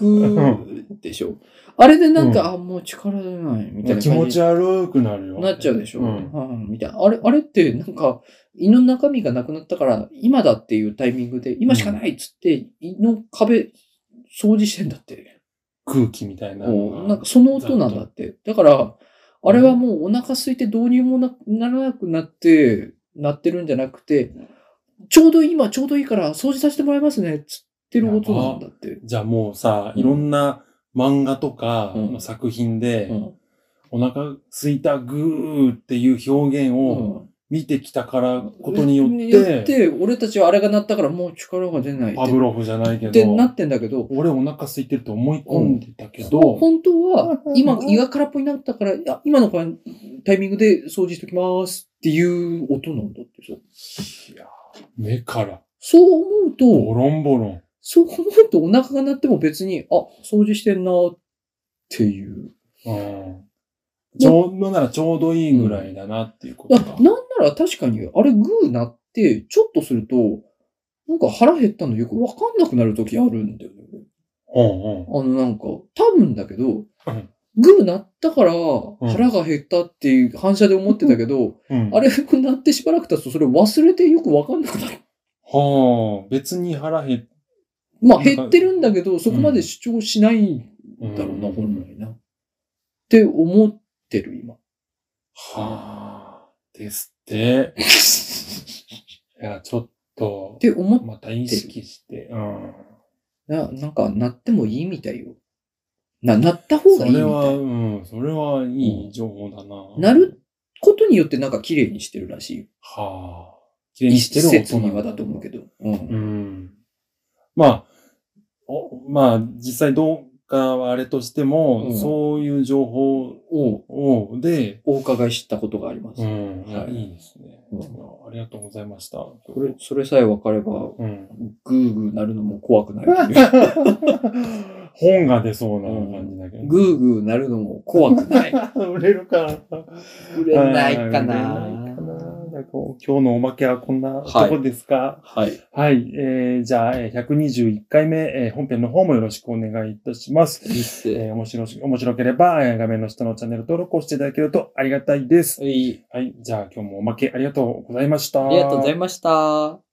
くでしょ。あれでなんか、あ、もう力出ないみたいな感じ気持ち悪くなるよ。なっちゃうでしょ。うん。うんみたいな。あれ、あれってなんか、胃の中身がなくなったから、今だっていうタイミングで、今しかないっつって、胃の壁、掃除してんだって。空気みたいなのが。おなんかその音なんだって。だから、あれはもうお腹空いてどうにもなならなくなって、なってるんじゃなくて、ちょうど今、ちょうどいいから掃除させてもらいますね、っつってる音なんだって。じゃあもうさ、うんいろんな漫画とかうんの作品で、うんお腹すいたぐーっていう表現を見てきたからことによって、て俺たちはあれが鳴ったからもう力が出ないってパブロフじゃないけってなど、ってんだけど、俺お腹空いてると思い込んでたけど、本当はう、ん今、胃が空っぽになったから、いや今のこれタイミングで掃除しときますっていう音なんだってさ。目からそう思うボと、ロンボロン。そう思うとお腹が鳴っても別に、あ、掃除してんなっていう。うんちょうどならちょうどいいぐらいだなっていうこだとなかん。なら確かに、あれグー鳴って、ちょっとすると、なんか腹減ったのよくわかんなくなる時あるんだよね。うんあのなんか、多分だけどうん、グー鳴ったから腹が減ったっていう反射で思ってたけど、うん。うんあれなってしばらく経つとそれ忘れてよくわかんなくなる。はあ、別に腹減っまあなんか減ってるんだけど、そこまで主張しないんうんだろうな、本来な。って思ってる、今。はあ、ですって。いや、ちょっとっ、て思っまた意識して。うん。な、なんかなってもいいみたいよ。な、なった方そがいいみれは、たい。うん、それはいい情報だな。なることによってなんか綺麗にしてるらしいよ。は綺麗に一してる大説人。にはだと思うけど。うん。うん。まあ、おまあ、実際どうかはあれとしても、うんそういう情報をを、で、お伺いしたことがあります。んはいい、いですね、うんいやありがとうございました。それ、それさえ分かれば、うん、 グーグーなるのも怖くないって いう。本が出そうな感じだけど。グーグーなるのも怖くない。 売れるかな。売れないかなはい売れないかななんか今日のおまけはこんなとこですか、 はい。はい、えー、じゃあ、えー121回目、えー本編の方もよろしくお願いいたします。いいっす。えー面白し、面白ければ、えー画面の下のチャンネル登録をしていただけるとありがたいです。はい。はい、じゃあ今日もおまけありがとうございました。ありがとうございました。